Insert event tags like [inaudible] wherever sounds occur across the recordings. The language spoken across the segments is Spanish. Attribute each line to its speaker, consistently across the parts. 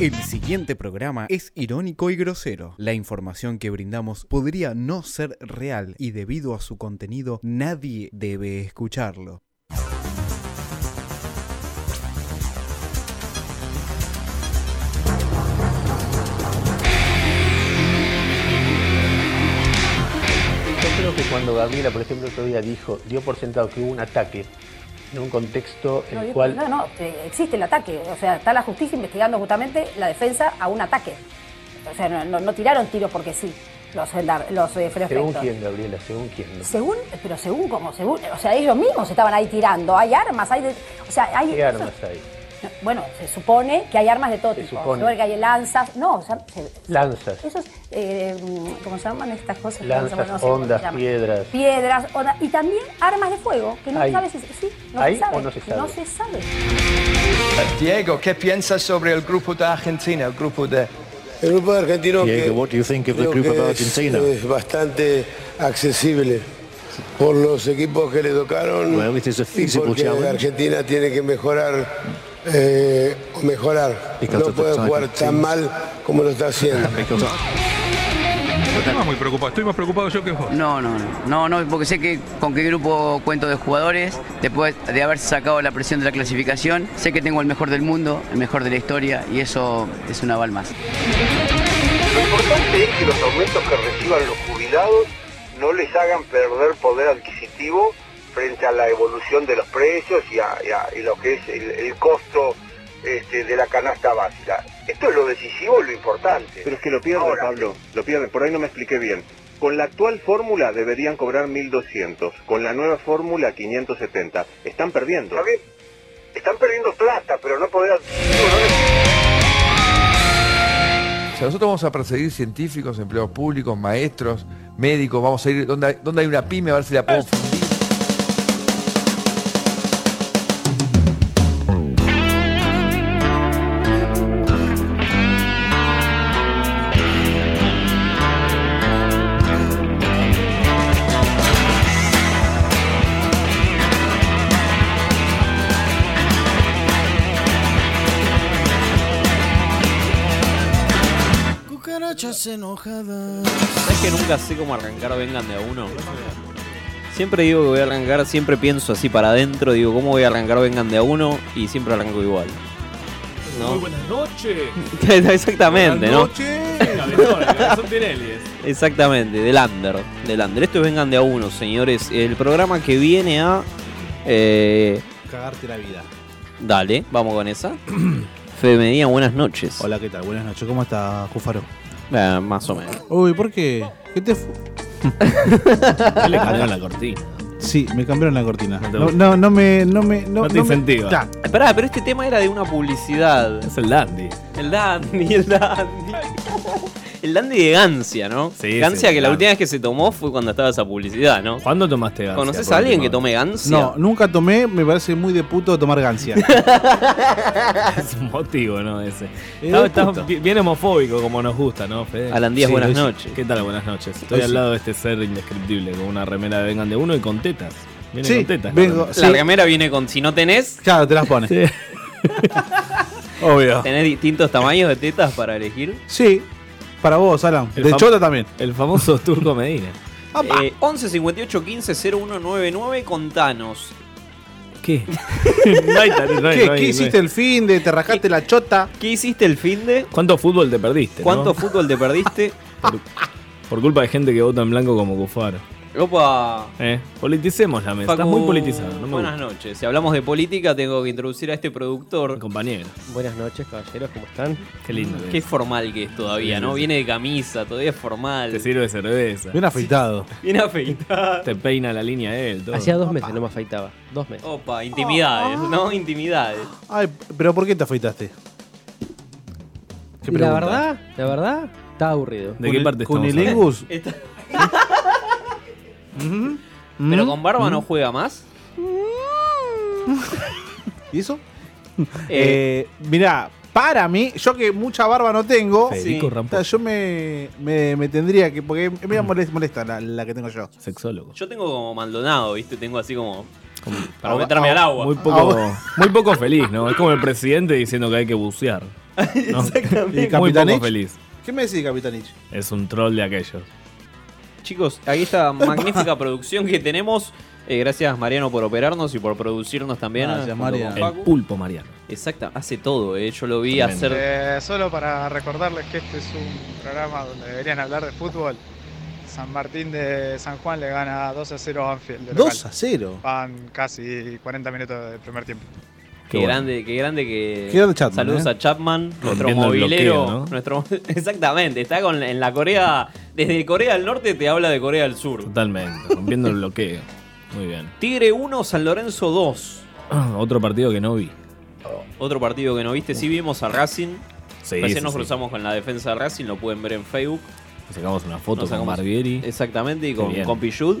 Speaker 1: El siguiente programa es irónico y grosero. La información que brindamos podría no ser real y debido a su contenido nadie debe escucharlo.
Speaker 2: Yo creo que cuando Gabriela, por ejemplo, otro día dijo, dio por sentado que hubo un ataque en un contexto en
Speaker 3: No,
Speaker 2: el
Speaker 3: yo-
Speaker 2: cual...
Speaker 3: no, no, eh, existe el ataque. O sea, está la justicia investigando justamente la defensa a un ataque. O sea, no, no- no tiraron tiros porque sí los, gendarmes- los eh,
Speaker 2: según
Speaker 3: prefectos.
Speaker 2: quién, Gabriela, según quién. ¿no?
Speaker 3: Según, pero según como, según, o sea, ellos mismos estaban ahí tirando, hay armas, hay, de- o sea, hay,
Speaker 2: ¿Qué armas hay?
Speaker 3: No, bueno, se supone que hay armas de todo
Speaker 2: Se
Speaker 3: tipo,
Speaker 2: supone.
Speaker 3: que hay lanzas, no, o sea, se-
Speaker 2: Lanzas.
Speaker 3: esos, eh, ¿cómo se llaman estas cosas?
Speaker 2: Lanzas,
Speaker 3: No sé cómo se
Speaker 2: ondas,
Speaker 3: llaman.
Speaker 2: piedras.
Speaker 3: Piedras, onda- y también armas de fuego, que no
Speaker 2: ¿Hay?
Speaker 3: se sabe si, sí, no
Speaker 2: ¿Hay
Speaker 3: se sabe,
Speaker 2: o no se sabe?
Speaker 3: no se sabe.
Speaker 4: Diego, ¿qué piensas sobre el grupo de Argentina, el grupo de
Speaker 5: El grupo de argentinos
Speaker 6: Diego,
Speaker 5: que,
Speaker 6: what do you think of the
Speaker 5: creo
Speaker 6: group
Speaker 5: que
Speaker 6: of
Speaker 5: es,
Speaker 6: Argentina?
Speaker 5: eh, bastante accesible por los equipos que le tocaron
Speaker 6: Well, it is a
Speaker 5: y
Speaker 6: feasible
Speaker 5: porque
Speaker 6: challenge.
Speaker 5: Argentina tiene que mejorar eh, o mejorar.
Speaker 6: Because of the
Speaker 5: no puede
Speaker 6: type
Speaker 5: jugar
Speaker 6: of
Speaker 5: tan
Speaker 6: teams.
Speaker 5: mal como lo está haciendo.
Speaker 7: Estaba muy preocupado, estoy más preocupado yo que vos.
Speaker 8: No, no, no, no, no, porque sé que con qué grupo cuento de jugadores, después de haberse sacado la presión de la clasificación, sé que tengo el mejor del mundo, el mejor de la historia y eso es un aval más.
Speaker 9: Lo importante es que los aumentos que reciban los jubilados no les hagan perder poder adquisitivo frente a la evolución de los precios y, a- y a- y lo que es el, el costo este, de la canasta básica. Esto es lo decisivo y lo importante.
Speaker 10: Pero es que lo pierden,
Speaker 9: Ahora,
Speaker 10: Pablo, lo pierden, por ahí no me expliqué bien. Con la actual fórmula deberían cobrar 1.200, con la nueva fórmula 570. Están perdiendo.
Speaker 9: está bien. Están perdiendo plata, pero no poder adquisitivo. no les-
Speaker 11: O sea, nosotros vamos a perseguir científicos, empleados públicos, maestros, médicos, vamos a ir donde hay, donde hay una pyme a ver si la podemos...
Speaker 4: Cucarachas enojadas.
Speaker 12: ¿Sabes que nunca sé cómo arrancar Vengan de a uno? Siempre digo que voy a arrancar, siempre pienso así para adentro, digo cómo voy a arrancar Vengan de a uno y siempre arranco igual.
Speaker 13: Muy
Speaker 12: ¿No? [laughs]
Speaker 13: buenas noches.
Speaker 12: Exactamente,
Speaker 13: Buenas
Speaker 12: ¿no?
Speaker 13: noches. Cabezón, el cabezón tiene hélices.
Speaker 12: Exactamente, de Lander. De Lander. Esto es Vengan de a uno, señores. El programa que viene a. eh,
Speaker 14: Cagarte la vida.
Speaker 12: dale, vamos con esa. [clears throat] Fede Medina, buenas noches.
Speaker 14: Hola, ¿qué tal? Buenas noches. ¿Cómo está, Jufaro?
Speaker 12: Eh, más o menos.
Speaker 14: Uy, ¿por qué? ¿Qué te fu
Speaker 12: le
Speaker 14: Ah, cambiaron
Speaker 12: la
Speaker 14: cortina. Sí, me cambiaron la cortina.
Speaker 12: te
Speaker 14: No,
Speaker 12: gusta.
Speaker 14: no, no me. No, me, no, me- Ya.
Speaker 12: Pará, pero este tema era de una publicidad. Es el Dandy. El Dandy, el Dandy. El Dandy de Gancia, ¿no?
Speaker 13: Sí,
Speaker 12: Gancia
Speaker 13: sí,
Speaker 12: que la
Speaker 13: claro.
Speaker 12: última vez que se tomó fue cuando estaba esa publicidad, ¿no?
Speaker 13: ¿Cuándo tomaste Gancia?
Speaker 12: ¿Conoces a alguien que tome Gancia? [laughs]
Speaker 14: No, nunca tomé, me parece muy de puto tomar
Speaker 13: [laughs]
Speaker 14: gancia.
Speaker 13: Es un motivo, ¿no? Ese.
Speaker 14: un
Speaker 13: Está, está
Speaker 14: puto.
Speaker 13: bi- bien homofóbico como nos gusta, ¿no, Fede?
Speaker 12: Alan Díaz, buenas
Speaker 13: Luis.
Speaker 12: noches.
Speaker 13: ¿Qué tal? Buenas noches. Estoy
Speaker 12: Hoy sí.
Speaker 13: al lado de este ser indescriptible con una remera de Vengan de Uno y con tetas. Viene
Speaker 12: Sí,
Speaker 13: con tetas.
Speaker 12: vengo- La sí. remera viene con si no tenés.
Speaker 14: Claro, te las pones.
Speaker 13: Obvio.
Speaker 12: ¿Tenés distintos tamaños de tetas para elegir?
Speaker 14: Sí, para vos, Alan.
Speaker 12: El
Speaker 14: de
Speaker 12: fam-
Speaker 14: Chota también.
Speaker 13: El famoso Turco Medina.
Speaker 12: Eh, 11 58 15 0199, contanos. [laughs]
Speaker 13: ¿Qué? No hay tan- no hay-
Speaker 14: ¿Qué, qué
Speaker 13: no hay- no
Speaker 14: hiciste el fin de? ¿Te rascaste la chota?
Speaker 12: ¿Qué hiciste el fin de?
Speaker 13: ¿Cuánto fútbol te perdiste?
Speaker 12: ¿Cuánto fútbol te perdiste?
Speaker 13: [laughs] Por, por culpa de gente que vota en blanco como Cufaro.
Speaker 12: Opa.
Speaker 13: ¿Eh? Politicemos la mesa.
Speaker 12: Facu,
Speaker 13: Estás muy politizado. No me
Speaker 12: buenas
Speaker 13: gusta.
Speaker 12: noches. Si hablamos de política, tengo que introducir a este productor. Mm,
Speaker 13: Compañero.
Speaker 15: Buenas noches, caballeros, ¿cómo están?
Speaker 13: Qué lindo.
Speaker 12: Qué formal que es todavía,
Speaker 13: Sí,
Speaker 12: ¿no?
Speaker 13: sí, sí.
Speaker 12: Viene de camisa, todavía es formal.
Speaker 13: Te sirve cerveza.
Speaker 14: Bien afeitado.
Speaker 12: [laughs] Bien afeitado.
Speaker 13: Te peina la línea él. Todo.
Speaker 15: Hacía dos meses no me afeitaba. Dos meses.
Speaker 12: Opa, intimidades,
Speaker 13: Ah.
Speaker 12: ¿no? Intimidades.
Speaker 14: Ay, pero ¿por qué te afeitaste? ¿Qué
Speaker 15: la
Speaker 14: pregunta?
Speaker 15: verdad, la verdad, estaba aburrido.
Speaker 14: ¿De qué Cunil- parte estamos cunilingus? hablando?
Speaker 15: [laughs]
Speaker 12: Está-
Speaker 14: Ujú.
Speaker 12: Pero
Speaker 14: Mm.
Speaker 12: con barba
Speaker 14: Mm.
Speaker 12: no juega más.
Speaker 14: ¿Y
Speaker 13: [laughs]
Speaker 14: eso? Eh, mirá, para mí, yo que mucha barba no tengo,
Speaker 13: Federico
Speaker 14: o sea,
Speaker 13: Rampo.
Speaker 14: yo me, me, me tendría que. Porque me molesta, molesta la, la que tengo yo.
Speaker 13: Sexólogo.
Speaker 12: Yo tengo como Maldonado, ¿viste? Tengo así como.
Speaker 13: Como
Speaker 12: Para meterme al agua.
Speaker 13: Muy
Speaker 12: Ah,
Speaker 13: poco, [laughs]
Speaker 12: bueno.
Speaker 13: muy poco feliz, ¿no? Es como el presidente diciendo que hay que bucear.
Speaker 12: [laughs]
Speaker 13: ¿no?
Speaker 14: Exactamente. ¿Y
Speaker 13: Muy
Speaker 14: Capitán
Speaker 13: poco
Speaker 14: H?
Speaker 13: feliz.
Speaker 14: ¿Qué me decís, Capitanich?
Speaker 13: Es un troll de aquellos.
Speaker 12: Chicos, aquí esta magnífica producción que tenemos. Eh, gracias Mariano por operarnos y por producirnos también.
Speaker 13: Gracias,
Speaker 12: junto
Speaker 13: Mariano.
Speaker 12: con
Speaker 13: El
Speaker 12: Facu.
Speaker 13: pulpo, Mariano.
Speaker 12: Exacto, hace todo. eh. Yo lo vi
Speaker 13: Tremendo.
Speaker 12: hacer
Speaker 1: Eh, solo para recordarles que este es un programa donde deberían hablar de fútbol. San Martín de San Juan le gana 2 a 0 a Anfield. de local.
Speaker 14: 2 a 0.
Speaker 1: Van casi 40 minutos del primer tiempo.
Speaker 12: Qué, grande, qué grande que.
Speaker 14: Qué grande Chapman,
Speaker 12: Saludos
Speaker 14: eh.
Speaker 12: a Chapman, nuestro
Speaker 14: Rompiendo el
Speaker 12: movilero.
Speaker 14: bloqueo, ¿no?
Speaker 12: nuestro, [laughs] exactamente, está con, en la Corea. Desde Corea del Norte te habla de Corea del Sur.
Speaker 13: Totalmente, rompiendo el bloqueo. Muy bien. [clears throat]
Speaker 12: Tigre 1, San Lorenzo 2.
Speaker 13: Otro partido que no vi.
Speaker 12: Otro partido que no viste, sí vimos a Racing.
Speaker 13: Sí,
Speaker 12: Recién
Speaker 13: sí,
Speaker 12: nos
Speaker 13: sí.
Speaker 12: cruzamos con la defensa de Racing, lo pueden ver en Facebook.
Speaker 13: Sacamos una foto
Speaker 12: Nos
Speaker 13: con
Speaker 12: sacamos-
Speaker 13: Barbieri.
Speaker 12: Exactamente, y
Speaker 13: Qué
Speaker 12: con,
Speaker 13: bien.
Speaker 12: con Pichud.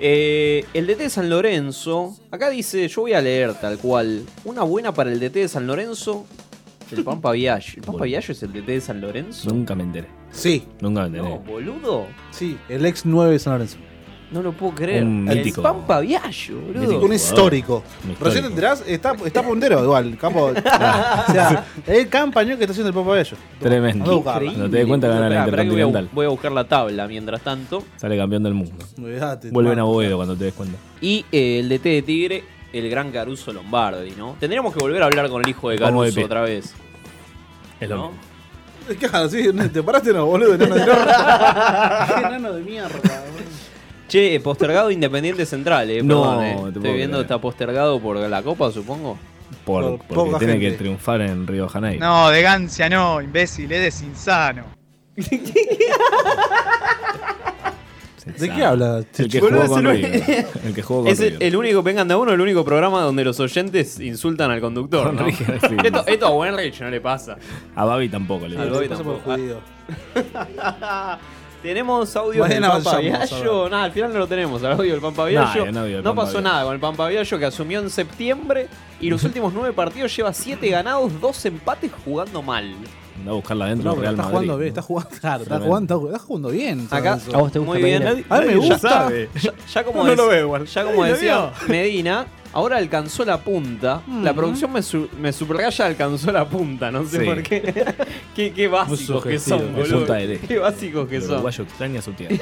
Speaker 12: Eh, el DT de San Lorenzo, acá dice, yo voy a leer tal cual, una buena para el DT de San Lorenzo, el Pampa Viallo. ¿El Pampa
Speaker 13: Bueno.
Speaker 12: Viallo es el DT de San Lorenzo?
Speaker 13: Nunca me enteré.
Speaker 14: Sí.
Speaker 13: Nunca me enteré.
Speaker 12: No, boludo.
Speaker 14: Sí, el ex 9 de San Lorenzo.
Speaker 12: No lo puedo creer.
Speaker 13: Un
Speaker 12: el
Speaker 13: mítico.
Speaker 12: Pampa Viallo, boludo.
Speaker 14: Un histórico.
Speaker 13: Un histórico.
Speaker 14: Recién te enterás, está, está puntero igual.
Speaker 13: [laughs]
Speaker 14: Campo, o sea, el campañón que está haciendo el Papa Bello.
Speaker 13: Tremendo.
Speaker 14: Increíble,
Speaker 13: No te das cuenta que gana la
Speaker 12: Pará, pará que voy, a,
Speaker 13: Intercontinental.
Speaker 12: bu- voy a buscar la tabla mientras tanto.
Speaker 13: Sale campeón del mundo.
Speaker 12: Olvídate,
Speaker 13: Vuelven a
Speaker 12: hermano.
Speaker 13: Boedo cuando te des cuenta.
Speaker 12: Y eh, el DT de Tigre, el gran Caruso Lombardi, ¿no? Tendríamos que volver a hablar con el hijo de
Speaker 13: Vamos de
Speaker 12: Caruso
Speaker 13: pie.
Speaker 12: otra vez.
Speaker 13: Es lo mismo.
Speaker 14: Claro, sí, te paraste no,
Speaker 13: [laughs]
Speaker 14: boludo, enano de mierda. Qué enano de mierda.
Speaker 12: Che, eh, postergado Independiente Central, eh.
Speaker 13: No,
Speaker 12: perdón, eh.
Speaker 13: te
Speaker 12: Estoy
Speaker 13: puedo
Speaker 12: viendo
Speaker 13: creer.
Speaker 12: está postergado por la Copa, supongo.
Speaker 13: Por,
Speaker 12: Por
Speaker 13: porque
Speaker 12: poca
Speaker 13: tiene
Speaker 12: gente.
Speaker 13: que triunfar en Río de Janeiro.
Speaker 1: No, de Gancia no, imbécil, es de Sinsano.
Speaker 14: ¿De qué habla?
Speaker 13: El que jugó
Speaker 12: Boludo, es
Speaker 13: con
Speaker 12: el-
Speaker 13: River. El que jugó con
Speaker 12: Es el,
Speaker 13: River.
Speaker 12: el único, vengan de a uno, el único programa donde los oyentes insultan al conductor. ¿no?
Speaker 13: River, [laughs] sí.
Speaker 12: esto, esto a Wenrich no le pasa.
Speaker 13: A Babi tampoco le
Speaker 12: Al
Speaker 13: digo.
Speaker 12: Babi tampoco. Tenemos audio
Speaker 13: Mañana
Speaker 12: del Pampa
Speaker 13: vayamos, a
Speaker 12: Viallo. Nada, al final no lo tenemos. El audio del Pampa
Speaker 13: Nah,
Speaker 12: Viallo.
Speaker 13: el
Speaker 12: no
Speaker 13: audio del Pampa
Speaker 12: pasó
Speaker 13: Viallo.
Speaker 12: nada con el Pampa Viallo que asumió en septiembre y
Speaker 13: [laughs]
Speaker 12: los últimos nueve partidos lleva siete ganados, dos empates jugando mal.
Speaker 13: Anda a buscarla dentro
Speaker 14: No,
Speaker 13: del
Speaker 14: pero
Speaker 13: Real
Speaker 14: está
Speaker 13: Madrid.
Speaker 14: jugando bien, está jugando, claro, está
Speaker 13: Tremendo.
Speaker 14: jugando, está, jugando bien. San
Speaker 12: Acá,
Speaker 14: Lorenzo.
Speaker 12: muy bien.
Speaker 14: A mí me
Speaker 12: [laughs] Ya-
Speaker 14: gusta.
Speaker 12: Ya, ya como,
Speaker 14: No lo
Speaker 12: dec-
Speaker 14: veo igual.
Speaker 12: ya como
Speaker 14: Nadie lo
Speaker 12: decía
Speaker 13: [laughs]
Speaker 12: Medina, ahora alcanzó la punta. La
Speaker 14: Mm.
Speaker 12: producción me, su- me subraya alcanzó la punta, no sé
Speaker 13: Sí.
Speaker 12: por qué. [laughs] qué, qué básicos que
Speaker 13: sugestivo,
Speaker 12: son,
Speaker 13: es
Speaker 12: boludo.
Speaker 13: punta del este.
Speaker 12: Qué básicos que
Speaker 13: El
Speaker 12: son.
Speaker 13: uruguayo extraña su
Speaker 12: [laughs]
Speaker 13: tierra.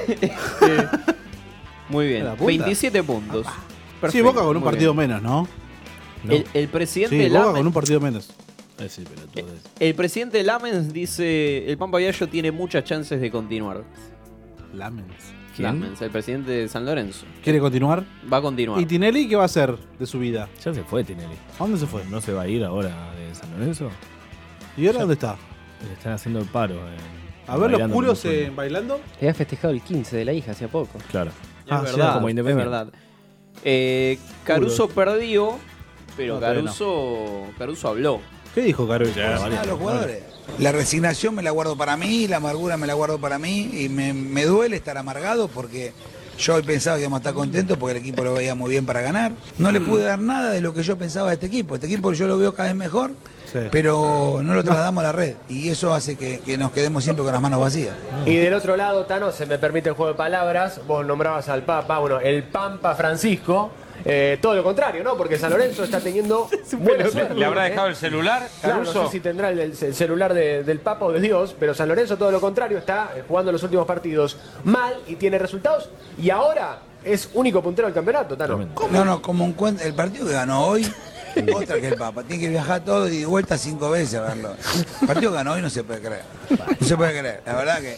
Speaker 12: Muy bien,
Speaker 14: ¿La punta?
Speaker 12: 27 puntos.
Speaker 14: Sí,
Speaker 12: Perfecto,
Speaker 14: Boca con un
Speaker 12: muy
Speaker 14: partido
Speaker 12: bien.
Speaker 14: menos, ¿no?
Speaker 12: El, el presidente
Speaker 14: Sí,
Speaker 12: de
Speaker 14: Boca
Speaker 12: Lamen-
Speaker 14: con un partido menos.
Speaker 12: Eh, el presidente de Lamens dice, el Pampa Viallo tiene muchas chances de continuar.
Speaker 14: Lamens. ¿Quién?
Speaker 12: Lamens, el presidente de San Lorenzo.
Speaker 14: ¿Quiere continuar?
Speaker 12: Va a continuar.
Speaker 14: ¿Y Tinelli qué va a hacer de su vida?
Speaker 13: Ya se fue Tinelli.
Speaker 14: ¿A dónde se fue?
Speaker 13: ¿No se va a ir ahora de San Lorenzo?
Speaker 14: ¿Y ahora dónde está?
Speaker 13: Le están haciendo el paro. en-
Speaker 14: A ver, los
Speaker 13: bailando
Speaker 14: culos
Speaker 13: con un
Speaker 14: eh, bailando.
Speaker 15: Había festejado el 15 de la hija hace poco.
Speaker 13: Claro.
Speaker 12: Es
Speaker 14: Ah,
Speaker 12: verdad,
Speaker 13: Ah, como
Speaker 12: es
Speaker 13: Independiente.
Speaker 12: verdad. Eh, Caruso perdió, pero
Speaker 14: No, todavía no.
Speaker 12: Caruso, Caruso habló.
Speaker 14: ¿Qué dijo Caro?
Speaker 12: Ah, los jugadores.
Speaker 16: La resignación me la guardo para mí, la amargura me la guardo para mí y me, me duele estar amargado porque yo hoy pensaba que íbamos a estar contentos porque el equipo lo veía muy bien para ganar. No le pude dar nada de lo que yo pensaba de este equipo. Este equipo yo lo veo cada vez mejor, pero no lo trasladamos a la red y eso hace que, que nos quedemos siempre con las manos vacías.
Speaker 17: Y del otro lado, Tano, se me permite el juego de palabras, vos nombrabas al Papa, bueno, el Pampa Francisco, eh, todo lo contrario, ¿no? Porque San Lorenzo está
Speaker 18: [laughs]
Speaker 17: teniendo buena suerte.
Speaker 19: ¿Le habrá
Speaker 17: ¿eh?
Speaker 19: dejado el celular,
Speaker 17: Claro, no
Speaker 19: Caruso?
Speaker 17: sé si tendrá el, el celular de- del Papa o de Dios, pero San Lorenzo todo lo contrario, está eh, jugando los últimos partidos mal y tiene resultados y ahora es único puntero del campeonato, Tano.
Speaker 16: No, no, como un cuen- el partido que ganó hoy, otra que el Papa. Tiene que viajar todo y de vuelta cinco veces a verlo. El partido que ganó hoy no se puede creer. No se puede creer. La verdad que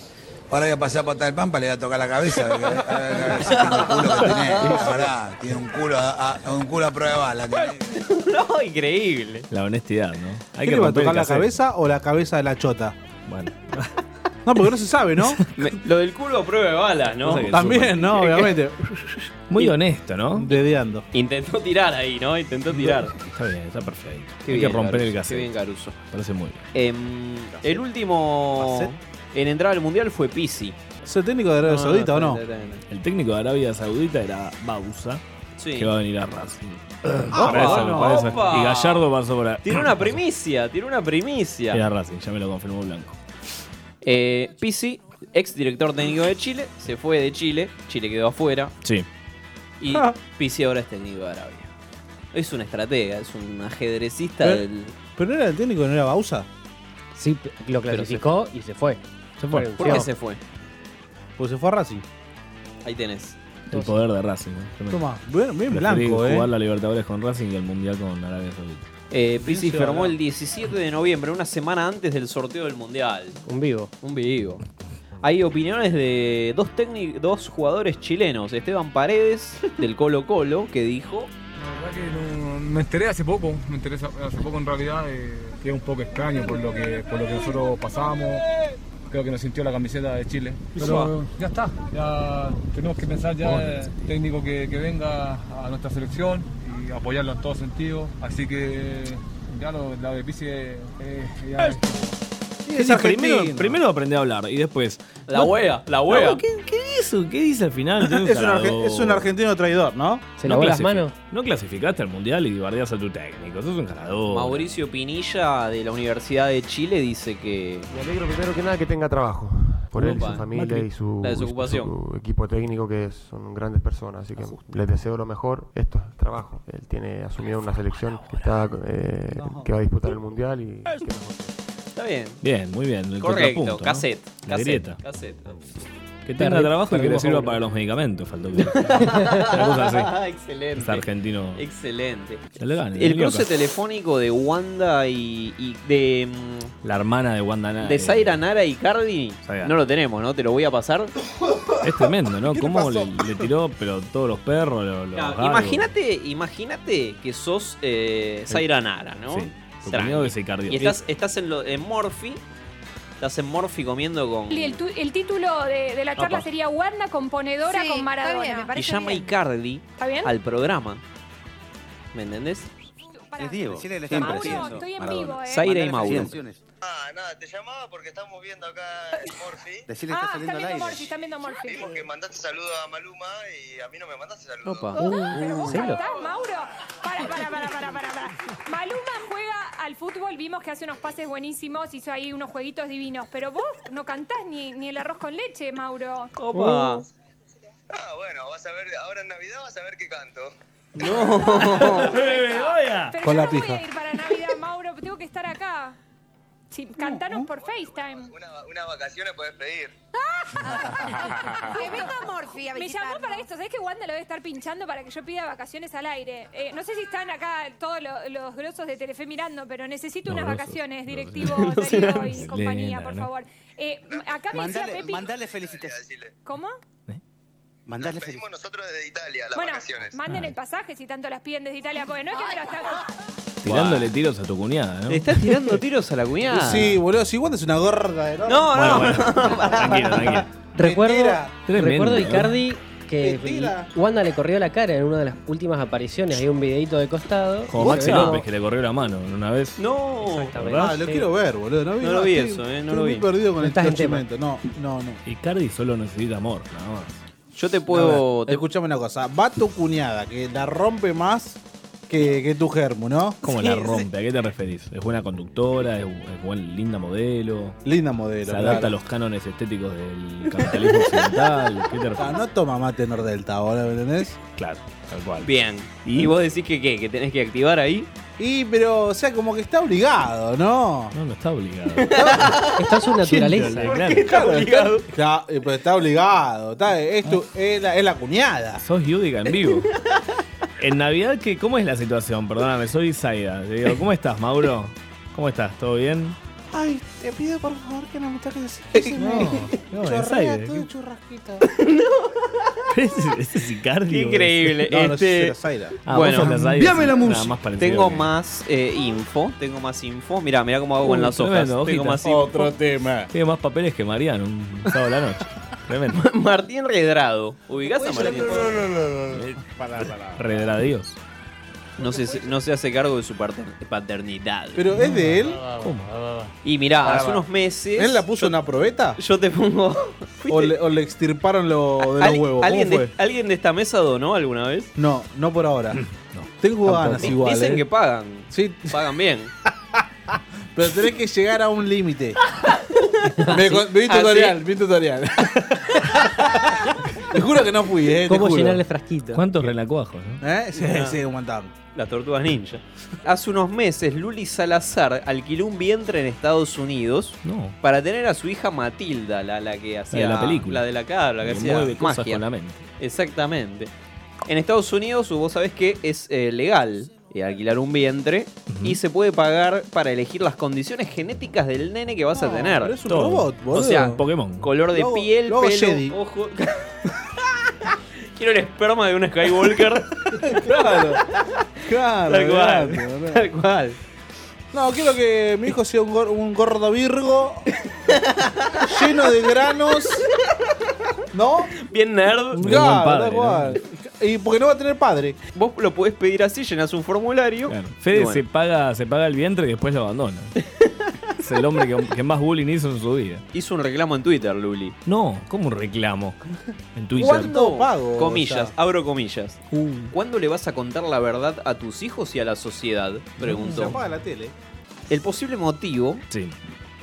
Speaker 16: ahora voy a pasar por tal pampa, le voy a tocar la cabeza. A ver, a ver, a ver, a ver si tiene el culo que
Speaker 4: [laughs]
Speaker 16: tiene. La verdad, tiene un culo a, a- un culo a prueba de bala. tiene.
Speaker 12: [laughs] No, increíble.
Speaker 13: La honestidad, ¿no?
Speaker 14: ¿Qué le va a
Speaker 13: romper el
Speaker 14: tocar la
Speaker 13: cassette.
Speaker 14: cabeza o la cabeza de la chota? Bueno. [laughs] No, porque no se sabe,
Speaker 13: [laughs]
Speaker 14: ¿no?
Speaker 12: Me- lo del culo a prueba de balas, ¿no?
Speaker 13: Cosa que
Speaker 14: También,
Speaker 12: [laughs]
Speaker 14: ¿no? Obviamente.
Speaker 13: Muy honesto, ¿no?
Speaker 14: Dedeando.
Speaker 12: Intentó tirar ahí, ¿no? Intentó tirar.
Speaker 13: [laughs] Está bien, está perfecto.
Speaker 12: Qué
Speaker 13: Hay
Speaker 12: bien,
Speaker 13: que romper
Speaker 12: Caruso,
Speaker 13: el gas.
Speaker 12: qué bien, Caruso.
Speaker 13: Parece muy bien.
Speaker 12: Em, el último en entrar al mundial fue Ah, Pisi.
Speaker 14: ¿Es el técnico de Arabia
Speaker 12: No, no,
Speaker 14: Saudita o
Speaker 12: está
Speaker 14: no?
Speaker 12: bien, está bien.
Speaker 13: El técnico de Arabia Saudita era Bausa,
Speaker 12: Sí.
Speaker 13: que va a venir a Racing.
Speaker 12: Ah,
Speaker 13: Por eso,
Speaker 12: bueno.
Speaker 13: por eso.
Speaker 12: Opa.
Speaker 13: Y Gallardo [coughs] pasó por ahí.
Speaker 12: Tiró una primicia, tiró una primicia.
Speaker 13: Era Racing, ya me lo confirmó Blanco.
Speaker 12: Eh, Pisi, ex director técnico de Chile, se fue de Chile. Chile quedó afuera.
Speaker 13: Sí.
Speaker 12: Y
Speaker 14: Ah.
Speaker 12: Pisi ahora es técnico de Arabia. Es un estratega, es un ajedrecista
Speaker 14: Pero-
Speaker 12: del.
Speaker 14: Pero no era el técnico, no era Bausa.
Speaker 15: Sí, lo clasificó y se fue.
Speaker 14: Se fue.
Speaker 12: ¿Por qué se fue?
Speaker 14: Pues se fue a Racing.
Speaker 12: Ahí tenés.
Speaker 13: El poder de Racing. ¿no? Tremendo.
Speaker 14: Toma, bueno, bien
Speaker 13: Preferí
Speaker 14: blanco, eh.
Speaker 13: jugar la Libertadores con Racing y el Mundial con Arabia Saudita.
Speaker 12: Eh, Pisi
Speaker 13: se va,
Speaker 12: firmó
Speaker 13: ¿no?
Speaker 12: el 17 de noviembre, una semana antes del sorteo del Mundial.
Speaker 15: Un vivo.
Speaker 12: Un vivo. Hay opiniones de dos, técnic- dos jugadores chilenos. Esteban
Speaker 13: [laughs]
Speaker 12: Paredes, del Colo Colo, que dijo...
Speaker 19: verdad que no- me enteré hace poco, me enteré hace poco en realidad de que es un poco extraño por lo que por lo que nosotros pasamos. Creo que nos sintió la camiseta de Chile. Pero ya está, ya tenemos que pensar ya el técnico que, que venga a nuestra selección y apoyarlo en todo sentido. Así que ya lo, la de Pizzi es- es- ya es-
Speaker 13: Es decir, primero, primero aprende a hablar y después.
Speaker 12: La huea, la huea.
Speaker 13: ¿qué, qué dice? ¿Qué dice al final? Tenés
Speaker 14: Es un,
Speaker 13: tarado.
Speaker 14: arge- es un argentino traidor, ¿no?
Speaker 13: No clasific- No clasificaste al mundial y bardeas a tu técnico. Sos un ganador.
Speaker 12: Mauricio Pinilla, de la Universidad de Chile, dice que...
Speaker 18: Me alegro primero que nada que tenga trabajo. Por él y su
Speaker 12: Opa,
Speaker 18: familia
Speaker 12: Macri.
Speaker 18: y su,
Speaker 12: La desocupación.
Speaker 18: su equipo técnico que son grandes personas. Así que les deseo lo mejor. Esto es trabajo. Él tiene asumido una selección que, está, eh, que va a disputar el Mundial y que mejor.
Speaker 12: Está bien.
Speaker 13: Bien, muy bien. El
Speaker 12: Correcto,
Speaker 13: contrapunto, ¿no?
Speaker 12: cassette.
Speaker 13: La
Speaker 12: cassette,
Speaker 13: grieta.
Speaker 12: cassette.
Speaker 13: Que tenga
Speaker 12: Perdí-
Speaker 13: trabajo y que le
Speaker 12: perdimos a
Speaker 13: sirva
Speaker 12: uno.
Speaker 13: para los medicamentos, faltó [laughs] que. Una cosa así.
Speaker 12: [laughs] Excelente.
Speaker 13: Es argentino.
Speaker 12: Excelente.
Speaker 13: Que le gane,
Speaker 12: El
Speaker 13: le
Speaker 12: cruce
Speaker 13: toca.
Speaker 12: telefónico de Wanda y, y de, mm,
Speaker 13: La hermana de Wanda Nara.
Speaker 12: de Zaira Nara y Cardi no lo tenemos, ¿no? Te lo voy a pasar.
Speaker 13: Es tremendo,
Speaker 12: [laughs]
Speaker 13: ¿no? Cómo le, le tiró, pero todos los perros, lo- los
Speaker 12: Ah,
Speaker 13: gatos.
Speaker 12: Imagínate, imagínate que sos eh, Zaira Nara, ¿no?
Speaker 13: Sí, tu
Speaker 12: Tranqui.
Speaker 13: cuñado es Icardi.
Speaker 12: Y estás, estás en, lo, en Morphy. Estás en Morphy comiendo con.
Speaker 20: El, tu- el título de, de la charla
Speaker 12: Apa.
Speaker 20: sería Wanda componedora con Maradona.
Speaker 12: Y llama Icardi
Speaker 20: ¿Está bien?
Speaker 12: al programa. ¿Me entendés?
Speaker 5: Es Diego. Decirle, le
Speaker 12: Siempre.
Speaker 5: estamos
Speaker 12: Mauro,
Speaker 5: diciendo.
Speaker 12: estoy en
Speaker 5: Maradona.
Speaker 12: vivo, eh. Zaira y Mauro.
Speaker 5: Ah, nada, te llamaba porque estamos viendo acá el Morphy.
Speaker 12: Decirle que está Ah, saliendo están al viendo aire. Morphy,
Speaker 20: están viendo Morphy.
Speaker 5: Vimos que mandaste saludos a Maluma y a mí no me mandaste saludos.
Speaker 12: Opa. Uh,
Speaker 20: Oh, Pero vos
Speaker 12: ¿Celo?
Speaker 20: cantás, Mauro. Para, para, para, para, para, para. Maluma juega al fútbol, vimos que hace unos pases buenísimos, hizo ahí unos jueguitos divinos. Pero vos no cantás ni, ni el arroz con leche, Mauro.
Speaker 12: Opa.
Speaker 5: Ah, bueno, vas a ver, ahora en Navidad vas a ver qué canto.
Speaker 12: [laughs] No.
Speaker 20: Pero
Speaker 14: Ah, Con
Speaker 20: yo
Speaker 14: la
Speaker 20: no voy
Speaker 14: pija.
Speaker 20: a ir para Navidad, Mauro, tengo que estar acá. Sí,
Speaker 14: Uh,
Speaker 20: cantanos por FaceTime. Ah,
Speaker 5: Una, unas vacaciones podés pedir.
Speaker 20: Que venga Morphy Me llamó para esto. ¿Sabés que Wanda lo debe estar pinchando para que yo pida vacaciones al aire? Eh, no sé si están acá todos lo- los grosos de Telefe mirando, pero necesito unas vacaciones, directivo Darío y compañía, por
Speaker 12: ¿no?
Speaker 20: favor. Eh, acá me decía
Speaker 5: Mandale-
Speaker 20: Pepi.
Speaker 5: mandale felicitaciones.
Speaker 20: ¿Cómo?
Speaker 5: Mandarle pedimos nosotros desde Italia las
Speaker 20: Bueno,
Speaker 5: vacaciones.
Speaker 20: manden el pasaje si tanto las piden desde Italia, porque no es que me lo están.
Speaker 13: Tirándole tiros a tu cuñada, ¿no?
Speaker 12: Le estás tirando tiros a la cuñada.
Speaker 14: Sí, boludo, si Wanda es una gorda de loco.
Speaker 12: No,
Speaker 13: Bueno, bueno. [laughs] tranquilo, tranquilo.
Speaker 15: Recuerdo,
Speaker 13: Tremendo,
Speaker 15: recuerdo
Speaker 13: ¿no?
Speaker 15: Icardi que Wanda le corrió la cara en una de las últimas apariciones. Hay un videito de costado.
Speaker 13: Como
Speaker 15: Y
Speaker 13: Maxi
Speaker 15: se va.
Speaker 13: López, que le corrió la mano en una vez.
Speaker 12: No.
Speaker 14: Ah, lo quiero ver, boludo. No, vi
Speaker 13: No lo vi
Speaker 14: Estoy-
Speaker 13: eso, eh, no
Speaker 14: estoy
Speaker 13: lo
Speaker 14: muy
Speaker 13: vi.
Speaker 14: perdido con
Speaker 13: No
Speaker 14: el
Speaker 13: estás en tema.
Speaker 14: momento. No, no, no.
Speaker 13: Icardi solo necesita amor, nada más.
Speaker 12: Yo te
Speaker 14: puedo. Escuchame una cosa. Va tu cuñada, que la rompe más que, que tu germu, ¿no?
Speaker 13: ¿Cómo la rompe? ¿A qué te referís? ¿Es buena conductora? ¿Es, es buen- linda modelo?
Speaker 14: Linda modelo.
Speaker 13: ¿Se adapta
Speaker 14: claro.
Speaker 13: a los cánones estéticos del capitalismo occidental? ¿Qué te
Speaker 14: Ah,
Speaker 13: referís?
Speaker 14: no toma mate Nordelta, boludo, ¿me entendés?
Speaker 13: Claro, tal cual.
Speaker 12: Bien. ¿Y? vos decís que qué? ¿Que tenés que activar ahí?
Speaker 14: Y, pero, o sea, como que está obligado, ¿no?
Speaker 13: No, no
Speaker 21: [laughs]
Speaker 13: está obligado.
Speaker 15: Está a su naturaleza.
Speaker 14: obligado? Está, eh, pero está obligado. Está, es,
Speaker 13: Ah.
Speaker 14: tu- es la, es la cuñada.
Speaker 13: [laughs] Sos Yudica
Speaker 14: [laughs]
Speaker 13: en vivo. En Navidad, ¿qué, ¿cómo es la situación? Perdóname, soy Zaida. Le digo, ¿cómo estás, Mauro? ¿Cómo estás? ¿Todo
Speaker 14: [laughs]
Speaker 13: bien?
Speaker 21: Ay, te pido por favor que no me toques
Speaker 14: ese.
Speaker 13: no,
Speaker 21: Chorrea
Speaker 13: Zaire,
Speaker 21: todo
Speaker 13: ¿qué?
Speaker 21: el churrasquito.
Speaker 13: Ese es Icardi.
Speaker 12: Qué
Speaker 13: boludo.
Speaker 12: increíble. este...
Speaker 13: Ah, vos
Speaker 12: bueno,
Speaker 13: sos la Zaira, sí. Nada más parecido
Speaker 12: tengo
Speaker 13: que-
Speaker 12: más eh, info. Tengo más info. Mirá, mirá cómo hago con
Speaker 13: Uh,
Speaker 12: las hojas.
Speaker 13: tremendo,
Speaker 12: tengo
Speaker 13: hojita.
Speaker 12: más info.
Speaker 14: tema.
Speaker 13: Tiene más papeles que Mariano un sábado a la
Speaker 14: [laughs]
Speaker 13: noche. Tremendo.
Speaker 12: Martín Redrado. ¿Ubicás a Martín?
Speaker 14: Eh, Pará, pará.
Speaker 13: Redradios.
Speaker 12: No se, no se hace cargo de su pater- paternidad.
Speaker 14: Pero es de
Speaker 13: Ah,
Speaker 14: él.
Speaker 12: Y mirá,
Speaker 14: Pará,
Speaker 12: hace
Speaker 14: pará.
Speaker 12: unos meses.
Speaker 14: ¿Él la puso en una probeta?
Speaker 12: Yo te pongo.
Speaker 14: ¿O le, o le extirparon lo de los
Speaker 12: ¿Al-
Speaker 14: huevos?
Speaker 12: ¿alguien,
Speaker 14: ¿Cómo fue?
Speaker 12: de, ¿Alguien de esta mesa donó alguna vez?
Speaker 14: No, no por ahora. Tengo ganas
Speaker 12: Di-
Speaker 14: igual.
Speaker 12: Dicen
Speaker 14: eh.
Speaker 12: que pagan.
Speaker 14: Sí.
Speaker 12: Pagan bien.
Speaker 14: Pero tenés que llegar a un [laughs] límite. me, con- me vi [laughs]
Speaker 12: Así-
Speaker 14: tutorial, vi tutorial. Te juro que no fui, ¿eh? te juro.
Speaker 13: ¿Cuántos relacuajos? no?
Speaker 14: ¿Eh? Sí,
Speaker 12: Ah.
Speaker 14: sí, un montón.
Speaker 12: Las tortugas ninja. Hace unos meses, Luli Salazar alquiló un vientre en Estados Unidos
Speaker 13: No.
Speaker 12: para tener a su hija Matilda, la, la que hacía.
Speaker 13: la película.
Speaker 12: La de la cara, la que,
Speaker 13: Que
Speaker 12: hacía.
Speaker 13: mueve cosas
Speaker 12: magia.
Speaker 13: con la mente.
Speaker 12: Exactamente. En Estados Unidos, vos sabés que es eh, legal eh, alquilar un vientre y se puede pagar para elegir las condiciones genéticas del nene que vas a tener.
Speaker 14: pero es un robot,
Speaker 12: O
Speaker 14: boludo.
Speaker 12: sea, Color de
Speaker 14: Lo hago-
Speaker 12: piel,
Speaker 14: lo hago
Speaker 12: pelo,
Speaker 14: Jedi.
Speaker 12: ojo. Quiero el esperma de un
Speaker 13: [laughs]
Speaker 12: Skywalker.
Speaker 14: claro. Claro.
Speaker 12: Tal
Speaker 14: claro,
Speaker 12: cual. [laughs]
Speaker 14: claro.
Speaker 12: Tal cual.
Speaker 14: No, quiero que mi hijo sea un, gor- un gordo [laughs] virgo lleno de granos. ¿No?
Speaker 12: Bien nerd.
Speaker 14: Claro, tal cual. Y porque no va a tener padre.
Speaker 12: Vos lo podés pedir así, llenas un formulario.
Speaker 13: Fede
Speaker 12: Y bueno.
Speaker 13: se, paga, se paga el vientre y después lo
Speaker 12: [laughs]
Speaker 13: abandona. es el hombre que, que más bullying hizo en su vida.
Speaker 12: Hizo un reclamo en Twitter, Luli.
Speaker 13: No, como un reclamo. En Twitter.
Speaker 12: ¿Cuándo,
Speaker 14: pago,
Speaker 12: comillas,
Speaker 14: o
Speaker 12: abro comillas,
Speaker 13: Uh.
Speaker 12: ¿cuándo le vas a contar la verdad a tus hijos y a la sociedad?
Speaker 14: Se
Speaker 12: Preguntó.
Speaker 14: apaga la tele.
Speaker 12: El posible motivo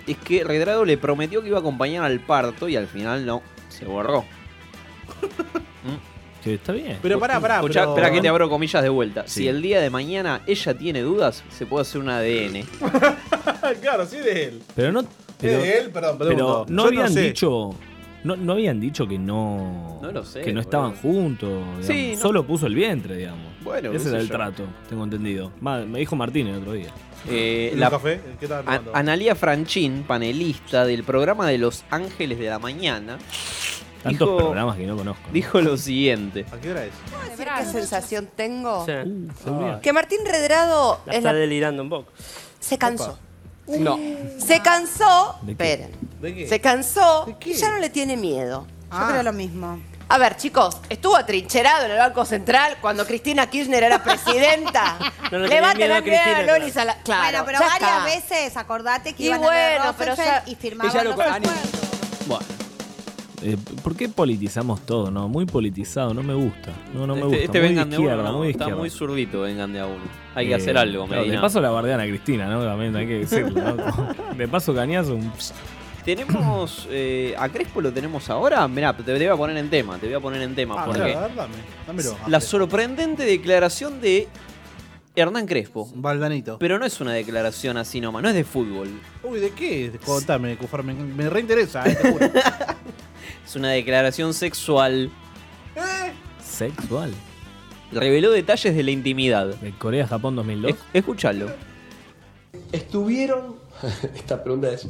Speaker 12: es que Redrado le prometió que iba a acompañar al parto y al final no, se borró.
Speaker 13: Sí, está bien.
Speaker 14: Pero pará, pará,
Speaker 12: Escuchá,
Speaker 14: pero- eh,
Speaker 12: esperá que te abro comillas de vuelta.
Speaker 13: Sí.
Speaker 12: Si el día de mañana ella tiene dudas, se puede hacer un ADN.
Speaker 14: claro, sí, de él.
Speaker 13: Pero no. Pero,
Speaker 14: de Eh, él, perdón,
Speaker 13: pero
Speaker 14: pregunto.
Speaker 13: no
Speaker 14: Yo
Speaker 13: habían
Speaker 14: sé.
Speaker 13: dicho. No, no habían dicho que no.
Speaker 12: No lo sé,
Speaker 13: Que no estaban juntos. digamos.
Speaker 12: Sí, no-
Speaker 13: Solo puso el vientre, digamos.
Speaker 12: Bueno, qué
Speaker 13: Ese era
Speaker 12: sé
Speaker 13: el
Speaker 12: yo.
Speaker 13: trato, tengo entendido. Ma- me dijo Martín el otro día.
Speaker 12: Eh,
Speaker 13: ¿Y un
Speaker 12: la-
Speaker 13: café? ¿Qué tal,
Speaker 12: An- Analía Franchín, panelista del programa de Los Ángeles de la Mañana,
Speaker 13: Tantos
Speaker 12: dijo-
Speaker 13: programas que no conozco.
Speaker 12: dijo lo siguiente.
Speaker 14: ¿A qué hora es?
Speaker 22: ¿Puedo decir qué sensación tengo?
Speaker 13: Uh,
Speaker 12: se olvida.
Speaker 22: Que Martín Redrado Oh.
Speaker 3: La
Speaker 22: es
Speaker 3: Ah. está
Speaker 22: la-
Speaker 3: delirando un poco.
Speaker 22: se cansó. Uh.
Speaker 3: No.
Speaker 22: Se cansó.
Speaker 3: ¿De qué?
Speaker 22: Esperen.
Speaker 3: ¿De qué?
Speaker 22: Se cansó y ya no le tiene miedo.
Speaker 3: Yo creo lo mismo.
Speaker 22: A ver, chicos, estuvo atrincherado en el Banco Central cuando Cristina Kirchner era presidenta.
Speaker 3: [laughs] No le
Speaker 22: le va a
Speaker 3: tenía miedo a
Speaker 22: tener miedo a
Speaker 3: Cristina,
Speaker 22: Loli Sala- Claro,
Speaker 3: Bueno, pero
Speaker 22: ya está.
Speaker 3: varias veces acordate que
Speaker 22: Y
Speaker 3: iban a ver
Speaker 22: bueno, pero
Speaker 3: Rosenfeld
Speaker 22: ya-
Speaker 3: y firmaban
Speaker 22: Ella lo-
Speaker 3: los acuerdos.
Speaker 12: Bueno.
Speaker 13: Eh, ¿Por qué politizamos todo? No, muy politizado, no me gusta. No, no me gusta.
Speaker 12: Este, este
Speaker 13: muy
Speaker 12: vengan de
Speaker 13: izquierda,
Speaker 12: uno, no,
Speaker 13: muy
Speaker 12: está
Speaker 13: izquierda.
Speaker 12: muy zurdito, vengan de a uno. Hay
Speaker 13: Eh,
Speaker 12: que hacer algo,
Speaker 13: claro,
Speaker 12: Medina.
Speaker 13: De paso la bardean a Cristina, ¿no? También hay que decirlo. ¿no? de paso cañazo. un pss.
Speaker 12: Tenemos. eh, a Crespo lo tenemos ahora. Mirá, te, te voy a poner en tema, te voy a poner en tema.
Speaker 14: Ah,
Speaker 12: porque
Speaker 14: mirá, a ver, dame, dámelo.
Speaker 12: La sorprendente declaración de Hernán Crespo.
Speaker 14: Baldanito.
Speaker 12: Pero no es una declaración así nomás, no es de fútbol.
Speaker 14: Uy, ¿de qué? Eh, Contame, Cufar, me, me reinteresa. eh,
Speaker 23: [laughs]
Speaker 14: te juro.
Speaker 12: Es una declaración sexual.
Speaker 14: ¿Eh?
Speaker 13: Sexual.
Speaker 12: Reveló detalles de la intimidad.
Speaker 13: De Corea-Japón 2002.
Speaker 12: escúchalo.
Speaker 2: [laughs] Estuvieron, [laughs] esta pregunta es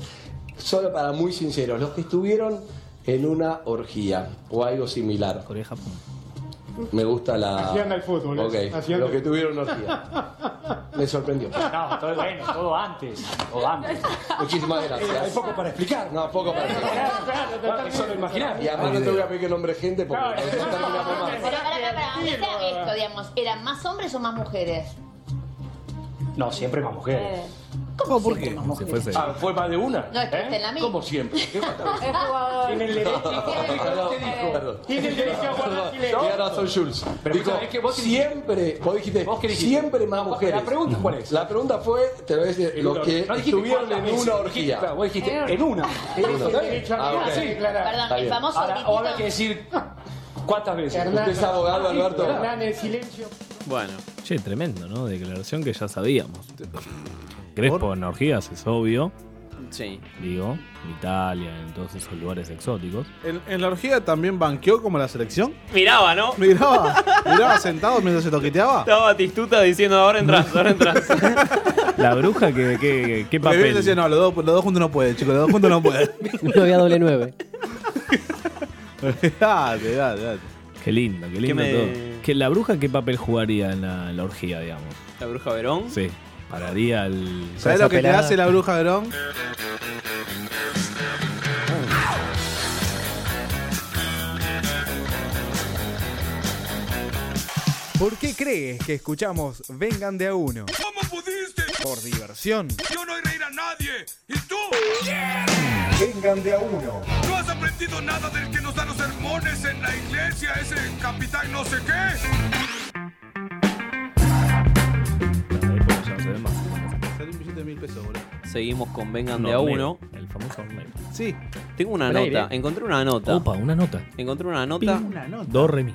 Speaker 2: solo para muy sinceros, los que estuvieron en una orgía o algo similar. Me gusta la...
Speaker 16: Así anda el fútbol,
Speaker 2: Ok,
Speaker 16: es- así anda.
Speaker 2: los que tuvieron una orgía. Me sorprendió.
Speaker 16: No, todo bueno, todo antes. Todo antes.
Speaker 2: Muchísimas gracias.
Speaker 16: Hay poco para explicar.
Speaker 2: No, poco para explicar.
Speaker 16: Solo imaginar.
Speaker 2: Y además no te voy a pedir que nombre gente porque...
Speaker 24: Pero pará, pará, pará. ¿Dónde está esto, digamos? ¿Eran más hombres o más mujeres? este.
Speaker 16: No, siempre más mujeres.
Speaker 24: ¿Cómo
Speaker 2: ¿Por qué? Ah, ¿Fue más de una?
Speaker 24: Eh. No, es que está en la misma.
Speaker 2: Como siempre.
Speaker 24: [laughs]
Speaker 2: ¿Qué falta?
Speaker 24: Es jugador.
Speaker 16: Tiene
Speaker 2: [laughs]
Speaker 16: el derecho, tiene el derecho, te digo.
Speaker 2: Perdón.
Speaker 16: Tiene el derecho a guardar
Speaker 2: Perdón,
Speaker 16: silencio.
Speaker 2: Tenía razón Jules.
Speaker 16: Pero
Speaker 2: Dijo,
Speaker 16: escuchá, es que vos dijiste-
Speaker 2: siempre, vos dijiste, siempre más mujeres.
Speaker 16: la pregunta, ¿cuál es?
Speaker 2: La pregunta fue, te voy a decir,
Speaker 16: En
Speaker 2: los
Speaker 16: una-
Speaker 2: que
Speaker 16: no dijiste
Speaker 2: estuvieron
Speaker 16: cuántas
Speaker 2: en
Speaker 16: veces,
Speaker 2: una
Speaker 16: dijiste,
Speaker 2: orgía.
Speaker 16: claro, vos dijiste,
Speaker 2: En
Speaker 16: en una.
Speaker 2: En
Speaker 16: Eso,
Speaker 2: una.
Speaker 16: el derecho a
Speaker 2: Ah,
Speaker 16: hablar,
Speaker 2: ok.
Speaker 16: sí, claro.
Speaker 24: Perdón,
Speaker 2: Está
Speaker 24: el
Speaker 2: bien.
Speaker 24: famoso
Speaker 16: Ahora,
Speaker 24: gritito.
Speaker 16: ahora hay que decir cuántas veces.
Speaker 2: Hernán- Usted es abogado, Alberto.
Speaker 16: Hernán, el silencio.
Speaker 12: Bueno.
Speaker 13: Che, tremendo, ¿no? Declaración que ya sabíamos. Crespo en orgías, es obvio.
Speaker 12: Sí.
Speaker 13: Digo, en Italia, en todos esos lugares exóticos.
Speaker 14: ¿En, en la orgía también banqueó como la selección?
Speaker 12: Miraba, ¿no?
Speaker 14: Miraba, miraba sentado mientras se toqueteaba.
Speaker 12: Estaba Batistuta diciendo ahora entras, ahora entras.
Speaker 13: La bruja que, que, que
Speaker 14: Porque
Speaker 13: papel.
Speaker 14: Bill decía, no, los dos, los dos juntos no pueden, chicos, los dos juntos no
Speaker 23: [laughs]
Speaker 14: pueden.
Speaker 23: No había doble
Speaker 14: [laughs]
Speaker 23: nueve.
Speaker 14: date, date, date.
Speaker 13: Qué lindo, qué lindo
Speaker 12: me-
Speaker 13: todo. Que la bruja qué papel jugaría en la, en la orgía, digamos.
Speaker 12: La bruja Verón.
Speaker 13: Sí. Pararía el.
Speaker 14: ¿Sabés lo que te hace la bruja Verón?
Speaker 1: ¿Por qué crees que escuchamos Vengan de a uno?
Speaker 25: ¿Cómo pudiste?
Speaker 1: Por diversión.
Speaker 25: Yo no iré a reír a nadie. ¿Y tú?
Speaker 1: Vengan de a uno.
Speaker 25: ¿No has aprendido nada del que nos da los sermones en la iglesia? Ese capitán no sé
Speaker 12: [laughs]
Speaker 20: [laughs]
Speaker 25: qué.
Speaker 13: Salió
Speaker 14: un billete de mil pesos, boludo.
Speaker 12: Seguimos con Vengan
Speaker 13: Un
Speaker 12: de a
Speaker 13: hornero,
Speaker 12: uno.
Speaker 13: el famoso Maple.
Speaker 14: Sí.
Speaker 12: Tengo una
Speaker 13: Al
Speaker 12: nota,
Speaker 13: aire.
Speaker 12: encontré una nota.
Speaker 13: Opa, una nota.
Speaker 12: Encontré una nota.
Speaker 14: Pim, una nota.
Speaker 12: [laughs]
Speaker 13: Do, re, mi.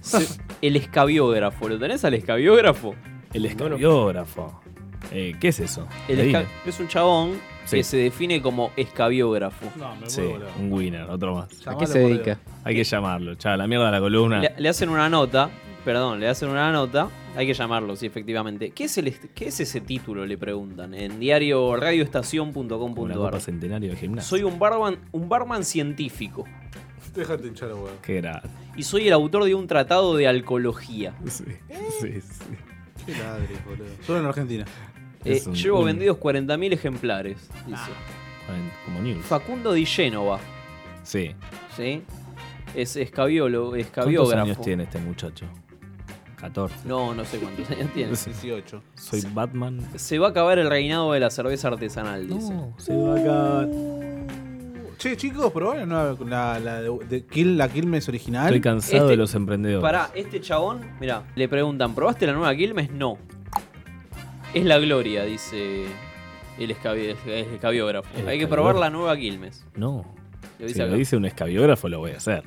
Speaker 12: Se- el escabiógrafo. ¿Lo tenés al escabiógrafo?
Speaker 13: El escabiógrafo. Eh, ¿Qué es eso?
Speaker 12: El
Speaker 13: Adivina.
Speaker 12: esca- es un chabón
Speaker 13: Sí.
Speaker 12: que se define como escabiógrafo.
Speaker 13: Sí, un winner, otro más.
Speaker 12: ¿A qué se Llamalo, dedica?
Speaker 13: Hay que llamarlo, chaval, la mierda de la columna.
Speaker 12: Le, le hacen una nota, perdón, le hacen una nota, hay que llamarlo, sí, efectivamente. ¿Qué es, el, est- qué es ese título? Le preguntan en diario
Speaker 13: Una
Speaker 12: radioestación.com.ar.
Speaker 13: copa centenario de gimnasio.
Speaker 12: Soy un barman, un barman científico
Speaker 14: Déjate hinchar, weón.
Speaker 13: Qué grave.
Speaker 12: y soy el autor de un tratado de alcohología.
Speaker 13: Sí, sí.
Speaker 14: Qué ladres, boludo. Solo en Argentina.
Speaker 12: Eh,
Speaker 14: Es un-
Speaker 12: llevo
Speaker 14: un-
Speaker 12: vendidos 40.000 ejemplares, dice.
Speaker 13: Ah, Como news.
Speaker 12: Facundo Di Génova,
Speaker 13: Sí.
Speaker 12: ¿sí? Es escabiólogo,
Speaker 13: ¿Cuántos
Speaker 12: escabiógrafo.
Speaker 13: años tiene este muchacho? 14.
Speaker 12: No, no sé cuántos años
Speaker 13: [laughs]
Speaker 12: tiene.
Speaker 14: 18.
Speaker 13: Soy Batman.
Speaker 12: Se va a acabar el reinado de la cerveza artesanal, dice.
Speaker 13: Se va acá.
Speaker 14: Che, chicos, ¿probaron la, nueva- la, la de, de Kill- la Quilmes original?
Speaker 13: Estoy cansado
Speaker 12: Este-
Speaker 13: de los emprendedores.
Speaker 12: Pará, este chabón, mira, le preguntan, ¿probaste la nueva Quilmes? No. Es la gloria, dice el, escabi- el escabiógrafo.
Speaker 13: El
Speaker 12: Hay que
Speaker 13: escabiógrafo.
Speaker 12: probar la nueva Quilmes.
Speaker 13: No.
Speaker 12: Lo dice
Speaker 13: si lo
Speaker 12: acá.
Speaker 13: dice un escabiógrafo, lo voy a hacer.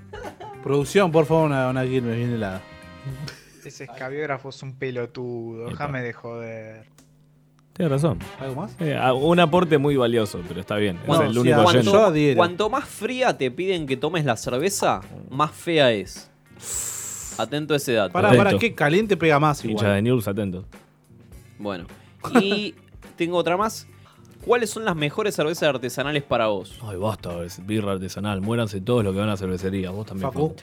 Speaker 14: Producción, por favor, una, una Quilmes bien helada.
Speaker 1: Ese escabiógrafo es un pelotudo, déjame de joder.
Speaker 13: Tienes razón.
Speaker 14: ¿Algo más?
Speaker 13: Eh, ah, un aporte muy valioso, pero está bien.
Speaker 12: Cuando-
Speaker 13: es el único oyente.
Speaker 12: cuanto, cuanto más fría te piden que tomes la cerveza, más fea es. Atento a ese dato.
Speaker 14: Para,
Speaker 12: eh.
Speaker 14: para, que caliente pega más igual.
Speaker 13: Hincha de News, atento.
Speaker 12: Bueno. Y [laughs] tengo otra más. ¿Cuáles son las mejores cervezas artesanales para vos?
Speaker 13: Ay, basta, es birra artesanal. Muéranse todos los que van a cervecería. Vos también.
Speaker 15: Facu.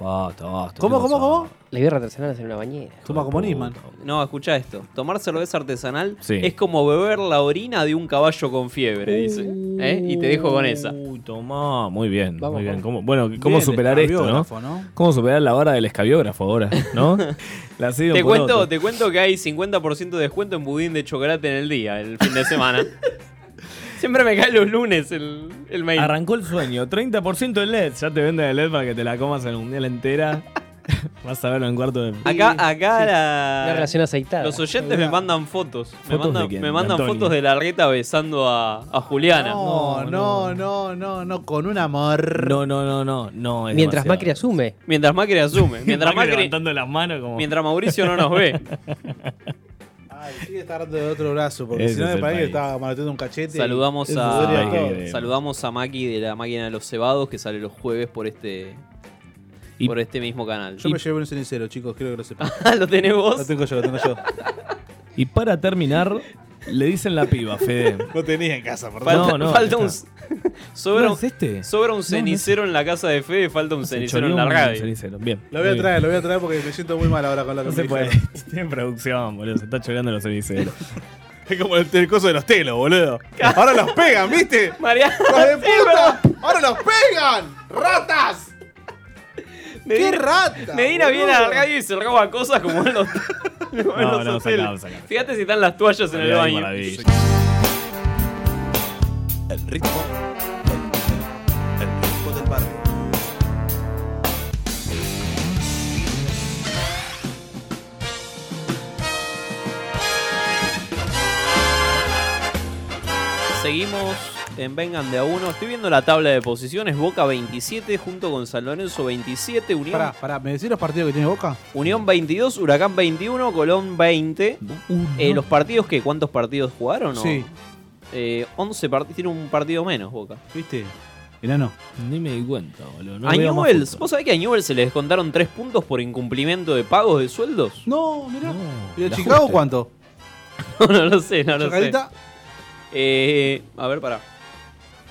Speaker 13: Basta, basta.
Speaker 15: ¿Cómo, cómo,
Speaker 13: ¿Qué pasa?
Speaker 15: cómo? La guerra artesanal es en una bañera.
Speaker 14: Toma como Nisman.
Speaker 12: No, escucha esto. Tomar cerveza artesanal
Speaker 13: Sí.
Speaker 12: es como beber la orina de un caballo con fiebre, dice. ¿Eh? Y te dejo con esa.
Speaker 13: Uy, tomá. Ah, Muy bien, muy bien. ¿Cómo, bueno, ¿cómo
Speaker 12: Bien,
Speaker 13: superar esto, no?
Speaker 12: escabiógrafo, ¿no?
Speaker 13: ¿Cómo superar la vara del escabiógrafo ahora, no?
Speaker 15: [laughs]
Speaker 13: La sido
Speaker 12: Te cuento, te cuento que hay 50% de descuento en budín de chocolate en el día, el fin
Speaker 13: [laughs]
Speaker 12: de semana. Siempre me cae los lunes el, el mail.
Speaker 13: Arrancó el sueño. 30% de LED. E Ya te venden el LED para que te la comas en un día entera. [laughs] Vas a verlo en cuarto de.
Speaker 12: Acá, acá la...
Speaker 13: Una relación aceitada.
Speaker 12: Los oyentes me mandan fotos. Me
Speaker 13: ¿Fotos
Speaker 12: mandan,
Speaker 13: de quién?
Speaker 12: me mandan
Speaker 13: ¿De Antonio?
Speaker 12: fotos de la reta besando a, a Juliana.
Speaker 14: No, no, no, no, no, con un amor.
Speaker 13: No, no, no, no, no.
Speaker 15: Mientras Macri asume.
Speaker 12: Mientras
Speaker 14: [laughs]
Speaker 12: Macri asume. Mientras
Speaker 13: Macri
Speaker 12: Macri-
Speaker 13: levantando las manos como-
Speaker 12: Mientras Mauricio no nos ve.
Speaker 14: Ay, sigue estando de otro brazo, porque
Speaker 13: Ese
Speaker 14: si no
Speaker 13: es
Speaker 14: me
Speaker 13: el
Speaker 14: parece que
Speaker 13: país.
Speaker 14: estaba manoteando un cachete. y-
Speaker 12: Saludamos
Speaker 14: Eso
Speaker 12: a,
Speaker 14: sería todo.
Speaker 12: saludamos a Maki de la máquina de los cebados que sale los jueves por este por este mismo canal.
Speaker 14: Yo me llevo un cenicero, chicos, quiero que lo sepan.
Speaker 12: [laughs]
Speaker 15: ah,
Speaker 12: ¿Lo tenés vos?
Speaker 14: Lo tengo yo, lo tengo yo.
Speaker 13: Y para terminar, le dicen la piba,
Speaker 12: [laughs]
Speaker 13: Fede.
Speaker 14: No tenía en casa, perdón.
Speaker 12: Falta,
Speaker 13: No, no, acá
Speaker 12: falta un
Speaker 13: está.
Speaker 12: [laughs] sobra,
Speaker 13: ¿No
Speaker 12: un-
Speaker 13: es este?
Speaker 12: [laughs] sobra un
Speaker 13: No, no es este.
Speaker 12: cenicero en la casa de Fede, falta un cenicero en
Speaker 13: choreó
Speaker 12: la
Speaker 13: un
Speaker 12: radio.
Speaker 13: cenicero. Bien.
Speaker 14: Lo voy a
Speaker 13: Muy
Speaker 14: traer, lo voy a traer porque me
Speaker 12: [laughs]
Speaker 14: siento muy mal ahora con la
Speaker 13: No
Speaker 14: que
Speaker 13: se
Speaker 14: me
Speaker 13: puede.
Speaker 14: dijeron.
Speaker 13: [laughs] Tiene producción, boludo. Se está choreando los ceniceros.
Speaker 14: [laughs] Es como el, el coso de los telos, boludo. Ahora los pegan, ¿viste?
Speaker 12: Mariano,
Speaker 14: ¡Hijos de puta! ¡Ahora los pegan!
Speaker 12: [laughs]
Speaker 14: ¡Ratas! ¡Qué rata!
Speaker 12: Medina viene a la
Speaker 14: boludo!
Speaker 12: radio y se roba cosas como en los, [laughs] como en
Speaker 13: No,
Speaker 12: los
Speaker 13: no,
Speaker 12: hoteles.
Speaker 13: sacá, sacá.
Speaker 12: Fíjate si están las toallas en el
Speaker 13: Ay,
Speaker 12: baño.
Speaker 13: maravilla.
Speaker 3: El ritmo. El ritmo del barrio.
Speaker 12: Seguimos en Vengan de a uno. Estoy viendo la tabla de posiciones. Boca 27 junto con San Lorenzo 27. Unión,
Speaker 14: Pará, pará, ¿me decís los partidos que tiene Boca?
Speaker 12: Unión 22, Huracán 21, Colón 20. Eh, ¿Los partidos qué? ¿Cuántos partidos jugaron? o-
Speaker 14: Sí.
Speaker 12: Eh, 11 partidos. Tiene un partido menos Boca.
Speaker 14: ¿Viste? Enano.
Speaker 13: Ni me di cuenta, boludo. No
Speaker 12: a
Speaker 13: veo más
Speaker 12: Newell's, ¿vos sabés que a Newell's se le descontaron 3 puntos por incumplimiento de pagos de sueldos? [laughs]
Speaker 14: No, mirá. ¿Y el
Speaker 12: La
Speaker 14: Chicago
Speaker 12: justa.
Speaker 14: cuánto?
Speaker 12: No, no lo sé, no lo sé.
Speaker 14: Chocadita.
Speaker 12: Eh, a ver, pará.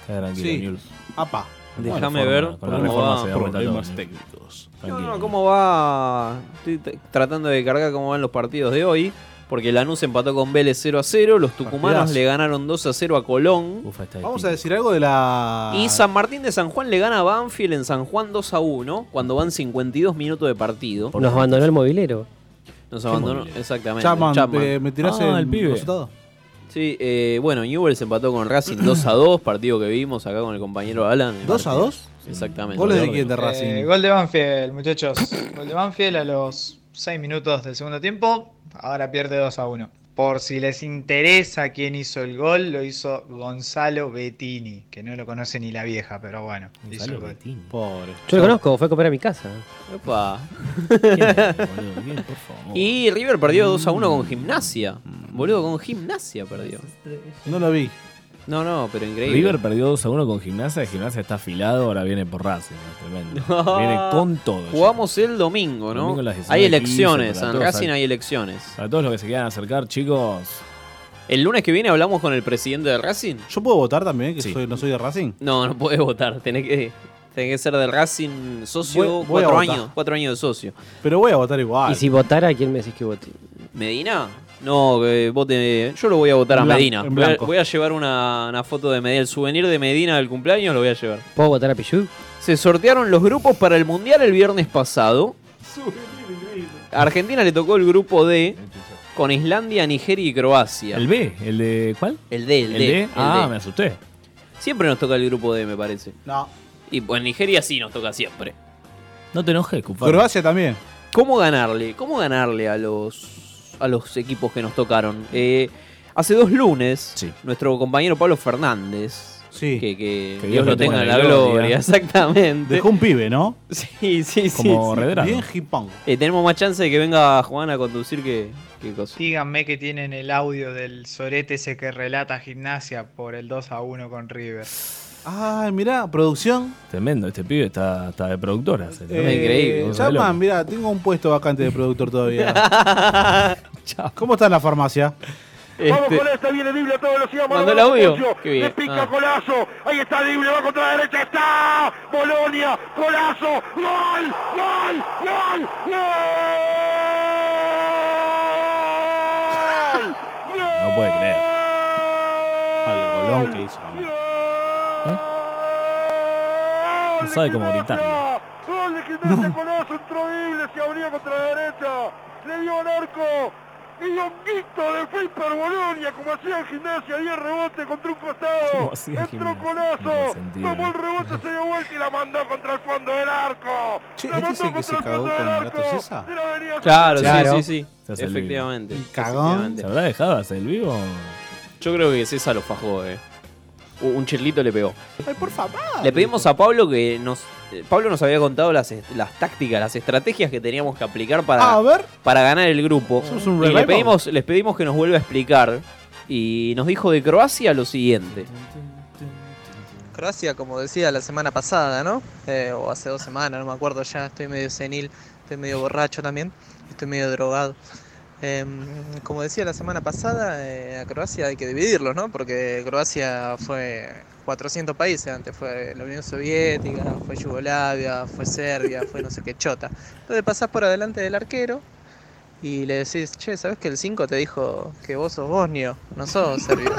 Speaker 13: Queda tranquilo,
Speaker 12: Sí.
Speaker 13: Newell's.
Speaker 14: Apa.
Speaker 12: Déjame
Speaker 13: Con la
Speaker 12: ver
Speaker 13: reforma- con la
Speaker 12: cómo
Speaker 13: reforma
Speaker 12: va.
Speaker 13: se da vuelta
Speaker 12: Problemas
Speaker 13: todo, Newell's.
Speaker 12: No,
Speaker 13: Tranquilo.
Speaker 12: no, ¿cómo va? Estoy t- tratando de cargar cómo van los partidos de hoy. Porque Lanús empató con Vélez 0 a 0. Los tucumanos
Speaker 14: Partidazo.
Speaker 12: le ganaron 2 a 0 a Colón.
Speaker 14: Vamos a decir algo de la.
Speaker 12: Y San Martín de San Juan le gana a Banfield en San Juan 2 a 1. Cuando van 52 minutos de partido.
Speaker 15: Nos abandonó el mobilero.
Speaker 12: Nos abandonó. Exactamente.
Speaker 14: Chapman,
Speaker 12: Chapman.
Speaker 14: eh, ¿me tirás el, resultado?
Speaker 12: Sí, eh, bueno, Newell's empató con Racing 2 a 2. Partido que vimos acá con el compañero Alan.
Speaker 14: 2 a 2?
Speaker 12: Exactamente.
Speaker 14: ¿Goles de quién de Racing?
Speaker 1: Eh, gol de Banfield, [clears throat] muchachos. Gol de Banfield a los 6 minutos del segundo tiempo. Ahora pierde 2 a 1. Por si les interesa quién hizo el gol, lo hizo Gonzalo Bettini, que no lo conoce ni la vieja, pero bueno. hizo el gol.
Speaker 15: Pobre. Yo lo conozco, fue a comprar a mi casa.
Speaker 12: Opa. [laughs] Y River perdió 2 a 1 con Gimnasia. Boludo, con Gimnasia perdió.
Speaker 14: No lo vi.
Speaker 12: No, no, pero increíble.
Speaker 13: River perdió 2 a 1 con Gimnasia. Gimnasia está afilado, ahora viene por Racing. es Tremendo.
Speaker 12: [laughs]
Speaker 13: Viene con todo. ya.
Speaker 12: Jugamos el domingo, ¿no?
Speaker 13: Domingo a las 19:15,
Speaker 12: hay elecciones,
Speaker 13: para
Speaker 12: en
Speaker 13: todos,
Speaker 12: Racing
Speaker 13: a-
Speaker 12: hay elecciones.
Speaker 13: A todos los que se quieran acercar, chicos.
Speaker 12: El lunes que viene hablamos con el presidente de Racing.
Speaker 14: ¿Yo puedo votar también? Que soy- no soy de Racing.
Speaker 12: No, no podés votar. Tenés que, tenés que ser de Racing socio
Speaker 14: Voy- voy a
Speaker 12: cuatro
Speaker 14: votar.
Speaker 12: años. Cuatro años de socio.
Speaker 14: Pero voy a votar igual.
Speaker 15: Y si votara, ¿quién me decís que vote?
Speaker 12: ¿Medina? No, que vote. Yo lo voy a votar a
Speaker 15: En blan-
Speaker 12: Medina.
Speaker 15: en
Speaker 12: Voy a,
Speaker 15: blanco.
Speaker 12: voy a llevar una, una foto de Medina. El souvenir de Medina del cumpleaños lo voy a llevar.
Speaker 15: ¿Puedo votar a Pichu?
Speaker 12: Se sortearon los grupos para el Mundial el viernes pasado. A Argentina le tocó el grupo D con Islandia, Nigeria y Croacia. ¿El
Speaker 13: B? ¿El de cuál?
Speaker 12: El D, el,
Speaker 13: ¿El D? Ah, me asusté.
Speaker 12: Siempre nos toca el grupo D, me parece.
Speaker 14: No.
Speaker 12: Y pues en Nigeria sí nos toca siempre.
Speaker 13: No te enojes, compadre.
Speaker 14: Croacia también.
Speaker 12: ¿Cómo ganarle? ¿Cómo ganarle a los, a los equipos que nos tocaron? Eh, hace dos lunes, nuestro compañero Pablo Fernández, que, que Dios lo tenga en la gloria, [laughs] exactamente.
Speaker 14: Dejó un pibe, ¿no?
Speaker 12: [laughs] Sí, sí, sí.
Speaker 14: Como
Speaker 12: sí.
Speaker 14: Redrado. Bien hipón.
Speaker 12: Eh, tenemos más chance de que venga Juan a conducir que, que cosa.
Speaker 1: Díganme que tienen el audio del sorete ese que relata gimnasia por el 2 a 1 con River.
Speaker 14: Ay, mirá, producción.
Speaker 13: Tremendo, este pibe está, está de productora. se-
Speaker 14: Eh, Chapman, mirá, tengo un puesto vacante de productor todavía.
Speaker 12: [laughs]
Speaker 14: ¿Cómo está en la farmacia?
Speaker 25: Vamos con esta, viene Dible a toda velocidad.
Speaker 14: Este- Mandó el
Speaker 25: Maradona,
Speaker 14: audio.
Speaker 25: Poncio,
Speaker 14: Qué bien.
Speaker 25: Le pica
Speaker 14: Ah.
Speaker 25: Colazo. Ahí está Dible, va contra la derecha. Está Bolonia. Colazo. Gol, gol, gol,
Speaker 13: [laughs]
Speaker 25: gol.
Speaker 13: No puede creer.
Speaker 14: Al golón que hizo.
Speaker 13: ¿Eh? No sabe cómo gritar.
Speaker 25: Gol de Gimnasia Colazo. Entró Dible, se abrió contra la derecha. Le dio al arco. Y un guito de Piper Bolonia, como hacía en gimnasia, 10 rebotes contra un costado.
Speaker 13: Como hacía en
Speaker 25: Entró
Speaker 13: gimnasia.
Speaker 25: Colazo,
Speaker 13: sentido.
Speaker 25: tomó el rebote, se dio vuelta y la mandó contra el fondo del arco.
Speaker 14: Che,
Speaker 25: la
Speaker 14: ¿este es
Speaker 25: mandó
Speaker 14: el que se
Speaker 25: contra el
Speaker 14: cagó
Speaker 25: fondo
Speaker 14: con
Speaker 25: del
Speaker 14: Marato
Speaker 25: arco.
Speaker 14: Sesa?
Speaker 12: Claro,
Speaker 13: Claro.
Speaker 12: sí, sí,
Speaker 13: Se
Speaker 12: sí.
Speaker 13: hace el
Speaker 12: Efectivamente.
Speaker 13: ¿Se habrá dejado hacer el vivo?
Speaker 12: Yo creo que César lo fajó, eh. U- Un chirlito le pegó.
Speaker 14: Ay, por favor.
Speaker 12: Le pedimos a Pablo que nos. eh, Pablo nos había contado las, est- las tácticas, las estrategias que teníamos que aplicar para,
Speaker 14: A ver.
Speaker 12: para ganar el grupo.
Speaker 14: un
Speaker 12: y le
Speaker 14: revival.
Speaker 12: pedimos, les pedimos que nos vuelva a explicar. Y nos dijo de Croacia lo siguiente.
Speaker 26: Croacia, como decía la semana pasada, ¿no? Eh, o hace dos semanas, no me acuerdo ya, estoy medio senil, estoy medio borracho también, estoy medio drogado. Em, como decía la semana pasada, eh, a Croacia hay que dividirlos, ¿no? Porque Croacia fue 400 países, antes fue la Unión Soviética, fue Yugoslavia, fue Serbia, fue no sé qué chota. Entonces pasás por adelante del arquero y le decís, che, ¿sabes que el 5 te dijo que vos sos bosnio, no sos serbio?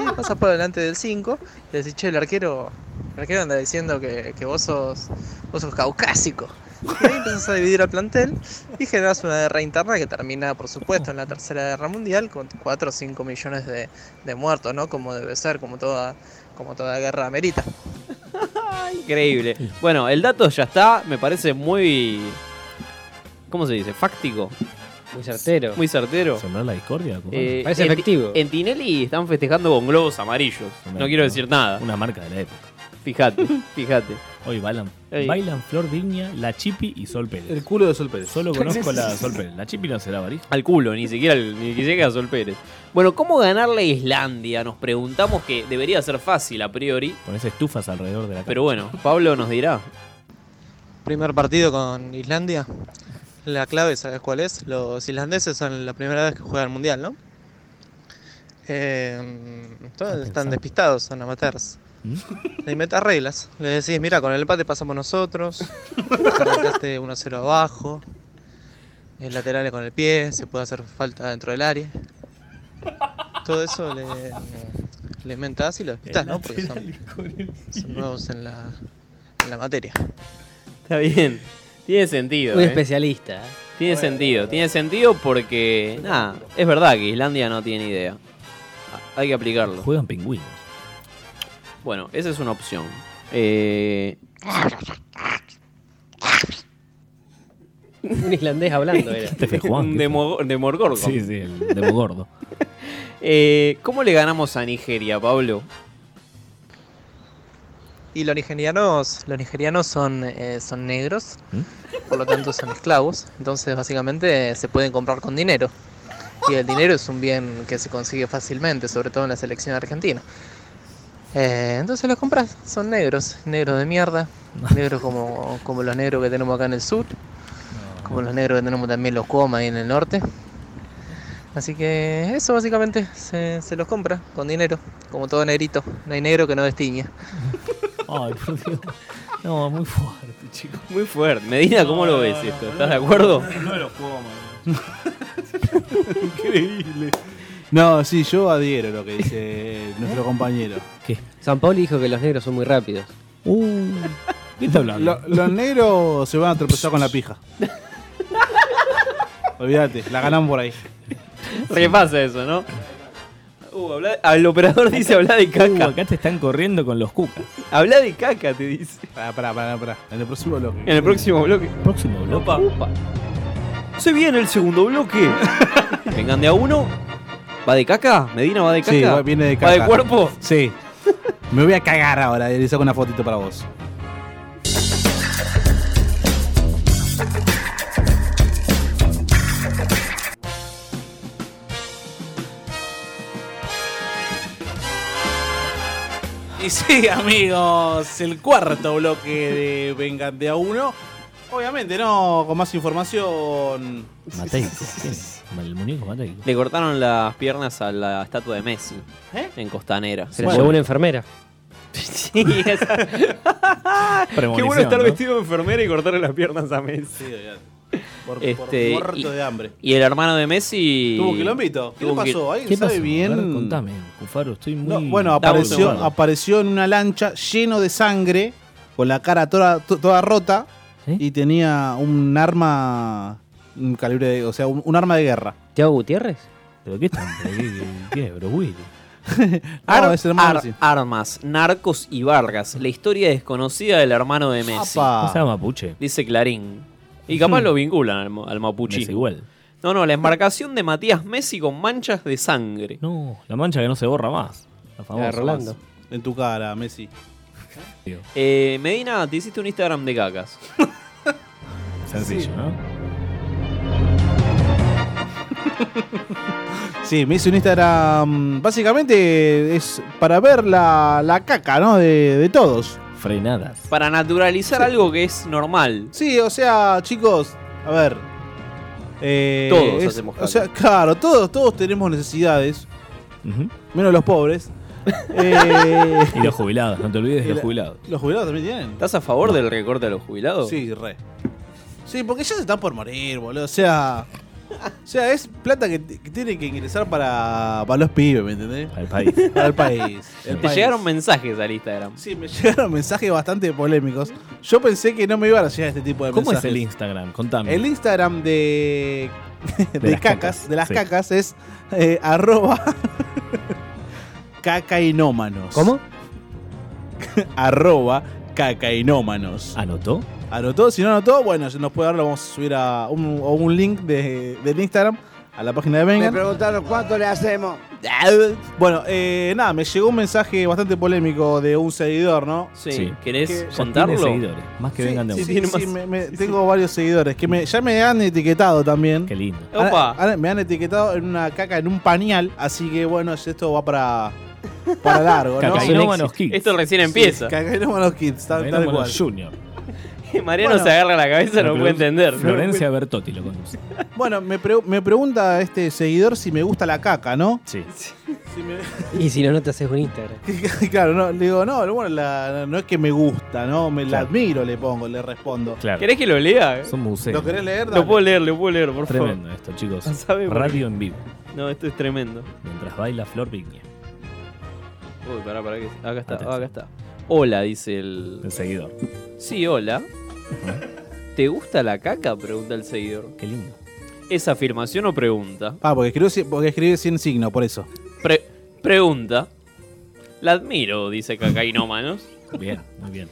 Speaker 26: Y pasas por delante del 5 y le decís, che, el arquero, el arquero anda diciendo que, que vos sos vos sos caucásico. Y ahí empezás a dividir al plantel y generas una guerra interna que termina, por supuesto, en la Tercera Guerra Mundial con 4 o 5 millones de, de muertos, ¿no? Como debe ser, como toda, como toda guerra amerita.
Speaker 12: Ah, Increíble. Bueno, el dato ya está. Me parece muy. ¿Cómo se dice? Fáctico.
Speaker 15: Muy certero.
Speaker 12: Muy certero.
Speaker 13: ¿Sembrar la discordia?
Speaker 12: Eh,
Speaker 15: Parece
Speaker 12: en Ti-
Speaker 15: efectivo.
Speaker 12: En Tinelli están festejando con globos amarillos. No quiero decir nada.
Speaker 13: Una marca de la época. [laughs]
Speaker 12: Fíjate, fíjate.
Speaker 13: Hoy bailan,
Speaker 12: Ey.
Speaker 13: bailan Flor Viña, La Chipi y Sol Pérez.
Speaker 14: El culo de Sol Pérez. [laughs]
Speaker 13: Solo conozco la Sol Pérez. La Chipi no será varija.
Speaker 12: Al culo, ni siquiera, al- ni siquiera a Sol Pérez. Bueno, ¿cómo ganarle a Islandia? Nos preguntamos que debería ser fácil a priori.
Speaker 13: Pones estufas alrededor de la
Speaker 12: Pero bueno, Pablo nos dirá.
Speaker 26: Primer partido con Islandia. La clave, ¿sabes cuál es? Los islandeses son la primera vez que juegan el mundial, ¿no? Eh, todos están despistados, son amateurs.
Speaker 12: ¿Mm?
Speaker 26: [laughs] Le metas reglas. Le decís, mira, con el empate pasamos
Speaker 12: [laughs]
Speaker 26: nosotros. Arrancaste 1-0 abajo. El lateral es con el pie, se puede hacer falta dentro del área. Todo eso le, le mentás y lo despistás, ¿no? Porque son, son nuevos en la, en la materia.
Speaker 12: Está bien. Tiene sentido.
Speaker 26: Un
Speaker 12: ¿eh?
Speaker 26: especialista.
Speaker 12: Tiene sentido. Tiene sentido porque. Nada, es verdad que Islandia no tiene idea. Ah, Hay que aplicarlo.
Speaker 13: Juegan
Speaker 12: [laughs]
Speaker 13: pingüinos.
Speaker 12: Bueno, esa es una opción. Eh,
Speaker 15: Un islandés hablando era.
Speaker 2: Este
Speaker 12: Un demo- demogorgo.
Speaker 15: Sí, sí,
Speaker 12: el [laughs] demogordo. Eh, ¿Cómo le ganamos a Nigeria, Pablo?
Speaker 26: Y los nigerianos, los nigerianos son, eh, son negros, por lo tanto son esclavos, entonces básicamente eh, se pueden comprar con dinero. Y el dinero es un bien que se consigue fácilmente, sobre todo en la selección argentina. Eh, entonces los compras, son negros, negros de mierda, negros como, como los negros que tenemos acá en el sur, como los negros que tenemos también los comas ahí en el norte. Así que eso básicamente se, se los compra con dinero, como todo negrito. No hay negro que no destiñe.
Speaker 13: Ay, por Dios. No, muy fuerte, chicos.
Speaker 12: Muy fuerte. Medina, ¿cómo lo ves esto? ¿Estás de acuerdo?
Speaker 13: No lo juego, man.
Speaker 14: Increíble. No, sí, yo adhiero a lo que dice eh, nuestro compañero.
Speaker 15: ¿Qué? San Pauli dijo que los negros son muy rápidos.
Speaker 14: ¿Qué está hablando? los negros se van a tropezar con la
Speaker 15: [laughs]
Speaker 14: pija. Olvídate, la ganamos por ahí.
Speaker 12: Repasa eso, ¿no? Uh, habla- al operador dice habla de caca.
Speaker 13: Uh, acá te están corriendo con los cucas.
Speaker 12: Habla de caca, te dice.
Speaker 14: Pará, pará, pará, pará. En el próximo bloque.
Speaker 12: En el próximo bloque.
Speaker 13: Próximo bloque.
Speaker 12: Se viene el segundo bloque. [laughs] Vengan de a uno. ¿Va de caca? ¿Medina va de caca?
Speaker 14: Sí, va- viene de
Speaker 12: ¿Va
Speaker 14: caca.
Speaker 12: de cuerpo?
Speaker 14: Sí. Me voy a cagar ahora. Le saco una fotito para vos.
Speaker 27: Y sí, amigos, el cuarto bloque de Vengan de a uno. Obviamente, no, con más información.
Speaker 12: Matei.
Speaker 13: El muñeco Matei.
Speaker 12: Le cortaron las piernas a la estatua de Messi.
Speaker 27: ¿Eh?
Speaker 12: En Costanera.
Speaker 15: Se la llevó una
Speaker 13: [laughs]
Speaker 15: enfermera.
Speaker 12: Sí, esa- [laughs] Qué bueno estar
Speaker 15: ¿no?
Speaker 12: vestido de enfermera y cortarle las piernas a Messi.
Speaker 27: Por, por
Speaker 12: Este, y-
Speaker 27: muerto de hambre.
Speaker 12: Y el hermano de Messi.
Speaker 27: Tuvo quilombito. ¿Qué le
Speaker 12: tuvo un
Speaker 27: pasó?
Speaker 12: quil-
Speaker 27: ¿Alguien sabe bien?
Speaker 13: A ver, contame, Cufaro, estoy muy.
Speaker 14: No, bueno,
Speaker 13: Dame un
Speaker 14: apareció,
Speaker 13: segundo.
Speaker 14: apareció en una lancha lleno de sangre, con la cara toda, to- toda rota, y tenía un arma, un calibre, de- o sea, un, un arma de guerra.
Speaker 15: ¿Tiago Gutiérrez?
Speaker 13: ¿Pero qué están? ¿Pero
Speaker 14: [laughs]
Speaker 13: qué- qué- ¿Quién es, bro? Willy.
Speaker 12: Ar-
Speaker 14: No, es el hermano
Speaker 12: ar-
Speaker 14: de Messi.
Speaker 12: armas, narcos y Vargas. La historia desconocida del hermano de Messi.
Speaker 13: Apa. ¿No será mapuche?
Speaker 12: Dice Clarín. Y capaz
Speaker 15: Mm.
Speaker 12: lo vinculan al, mo- al mapuchismo.
Speaker 13: Messi igual.
Speaker 12: No, no, la embarcación de Matías Messi con manchas de sangre.
Speaker 13: No, la mancha que no se borra más. La famosa.
Speaker 14: En tu cara, Messi.
Speaker 12: Eh, Medina, te hiciste un Instagram de cacas.
Speaker 13: [laughs] Sencillo, ¿no?
Speaker 14: Sí, me hizo un Instagram. Básicamente es para ver la, la caca, ¿no? De, de todos.
Speaker 13: Frenadas.
Speaker 12: Para naturalizar algo que es normal.
Speaker 14: Sí, o sea, chicos, a ver. eh,
Speaker 12: Todos hacemos caca.
Speaker 14: O sea, claro, todos, todos tenemos necesidades. Menos los
Speaker 13: [laughs]
Speaker 14: pobres. Eh,
Speaker 13: Y los jubilados, no te olvides
Speaker 14: y
Speaker 13: de los
Speaker 14: la-
Speaker 13: jubilados.
Speaker 14: ¿Los jubilados también tienen?
Speaker 12: ¿Estás a favor del recorte a los jubilados?
Speaker 14: Sí, re. Sí, porque ya se están por morir, boludo. O sea. O sea, es plata que, t- que eh. tiene que ingresar para, para los pibes, ¿me entendés? Para
Speaker 13: el país.
Speaker 14: Para el
Speaker 12: [laughs]
Speaker 14: país. el
Speaker 12: Te
Speaker 14: país.
Speaker 12: llegaron mensajes al Instagram.
Speaker 14: Sí, me llegaron mensajes bastante polémicos. Yo pensé que no me iban a llegar este tipo de
Speaker 13: ¿Cómo es
Speaker 14: mensajes.
Speaker 13: el Instagram? Contame.
Speaker 14: El Instagram de, de,
Speaker 13: De las
Speaker 14: cacas,
Speaker 13: cacas,
Speaker 14: de las
Speaker 13: sí.
Speaker 14: cacas, es eh, [laughs] arroba cacainómanos. ¿Cómo? [laughs] arroba cacainómanos.
Speaker 13: ¿Anotó?
Speaker 14: Anotó, si no anotó, bueno, nos puede dar, lo vamos a subir a un, o un link de, del Instagram a la página de
Speaker 4: Me
Speaker 14: Vengan.
Speaker 4: preguntaron cuánto le hacemos.
Speaker 14: [laughs] Bueno, eh, nada, me llegó un mensaje bastante polémico de un seguidor, ¿no?
Speaker 12: Sí. ¿Querés
Speaker 14: Que-
Speaker 13: Ya
Speaker 12: contarlo?
Speaker 13: Tiene seguidores, más que
Speaker 14: Sí,
Speaker 13: vengan de
Speaker 14: sí,
Speaker 13: vos.
Speaker 14: sí, sí, me- me- Tengo varios seguidores que me, ya me han etiquetado también. Qué
Speaker 13: lindo.
Speaker 12: Opa.
Speaker 14: me han etiquetado en una caca, en un pañal, así que bueno, esto va para, para largo, ¿no?
Speaker 13: Cacainómanos Kids.
Speaker 12: Esto recién empieza.
Speaker 14: Cacainómanos Kids, tal, tal cual.
Speaker 13: Cacainómanos Junior.
Speaker 12: [laughs] Mariano se agarra la cabeza, no puede entender.
Speaker 13: Florencia Bertotti lo conoce.
Speaker 14: Bueno, me, pregu- me pregunta este seguidor si me gusta la caca, ¿no?
Speaker 13: Sí.
Speaker 15: [laughs] Y si no, no te haces un
Speaker 14: [laughs]
Speaker 15: Instagram.
Speaker 14: claro, no, le digo, no, bueno, la- no es que me gusta, ¿no? Me la admiro, le pongo, le respondo.
Speaker 13: Claro.
Speaker 12: ¿Querés que lo lea?
Speaker 13: Son museos.
Speaker 14: ¿Lo querés leer?
Speaker 12: Lo puedo leer, lo puedo leer, por
Speaker 13: Tremendo
Speaker 12: favor.
Speaker 13: esto, chicos.
Speaker 12: No sabe por
Speaker 13: Radio en vivo.
Speaker 12: No, esto es tremendo.
Speaker 13: Mientras baila Flor Viña.
Speaker 12: Uy, pará, pará. Que... Acá está, acá está. Hola, dice el...
Speaker 13: El seguidor.
Speaker 12: Sí, hola. ¿Te gusta la caca? Pregunta el seguidor.
Speaker 13: Qué lindo.
Speaker 12: ¿Es afirmación o pregunta?
Speaker 14: Ah, porque escribe, sin- porque escribe sin signo, por eso.
Speaker 12: Pre- pregunta. La admiro, dice Cacainómanos.
Speaker 13: Bien, muy bien.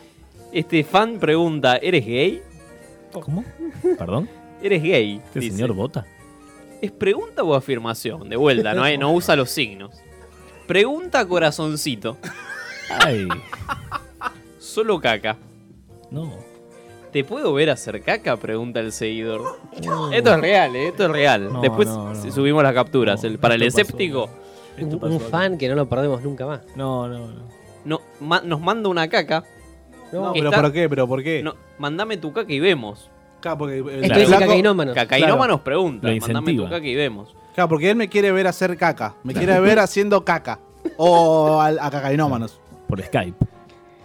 Speaker 12: Este fan pregunta, ¿eres gay?
Speaker 13: ¿Cómo? ¿Perdón?
Speaker 12: Eres gay.
Speaker 13: ¿Este señor vota?
Speaker 12: ¿Es pregunta o afirmación? De vuelta, no, hay, no usa los signos. Pregunta corazoncito.
Speaker 13: Ay.
Speaker 12: Solo caca.
Speaker 13: No.
Speaker 12: ¿Te puedo ver hacer caca? Pregunta el seguidor. Esto es real, ¿eh? esto es real.
Speaker 15: No,
Speaker 12: Después
Speaker 15: no, no.
Speaker 12: subimos las capturas. El- para el
Speaker 15: esto pasó.
Speaker 12: escéptico,
Speaker 15: Un, un fan que no lo perdemos nunca más.
Speaker 13: No, no, no.
Speaker 12: no, ma- nos manda una caca.
Speaker 14: No,
Speaker 12: que
Speaker 14: pero
Speaker 12: está-
Speaker 14: ¿por qué? ¿Pero por qué?
Speaker 12: No, mandame tu caca y vemos.
Speaker 14: Claro, porque
Speaker 15: Esto dice cacainómanos.
Speaker 12: Cacainómanos
Speaker 14: Claro.
Speaker 12: pregunta.
Speaker 14: Lo
Speaker 12: Mandame tu
Speaker 14: incentiva.
Speaker 12: caca y vemos.
Speaker 14: Claro, porque él me quiere ver hacer caca. Me quiere ver haciendo caca. O al- a, cacainómanos.
Speaker 13: Por Skype.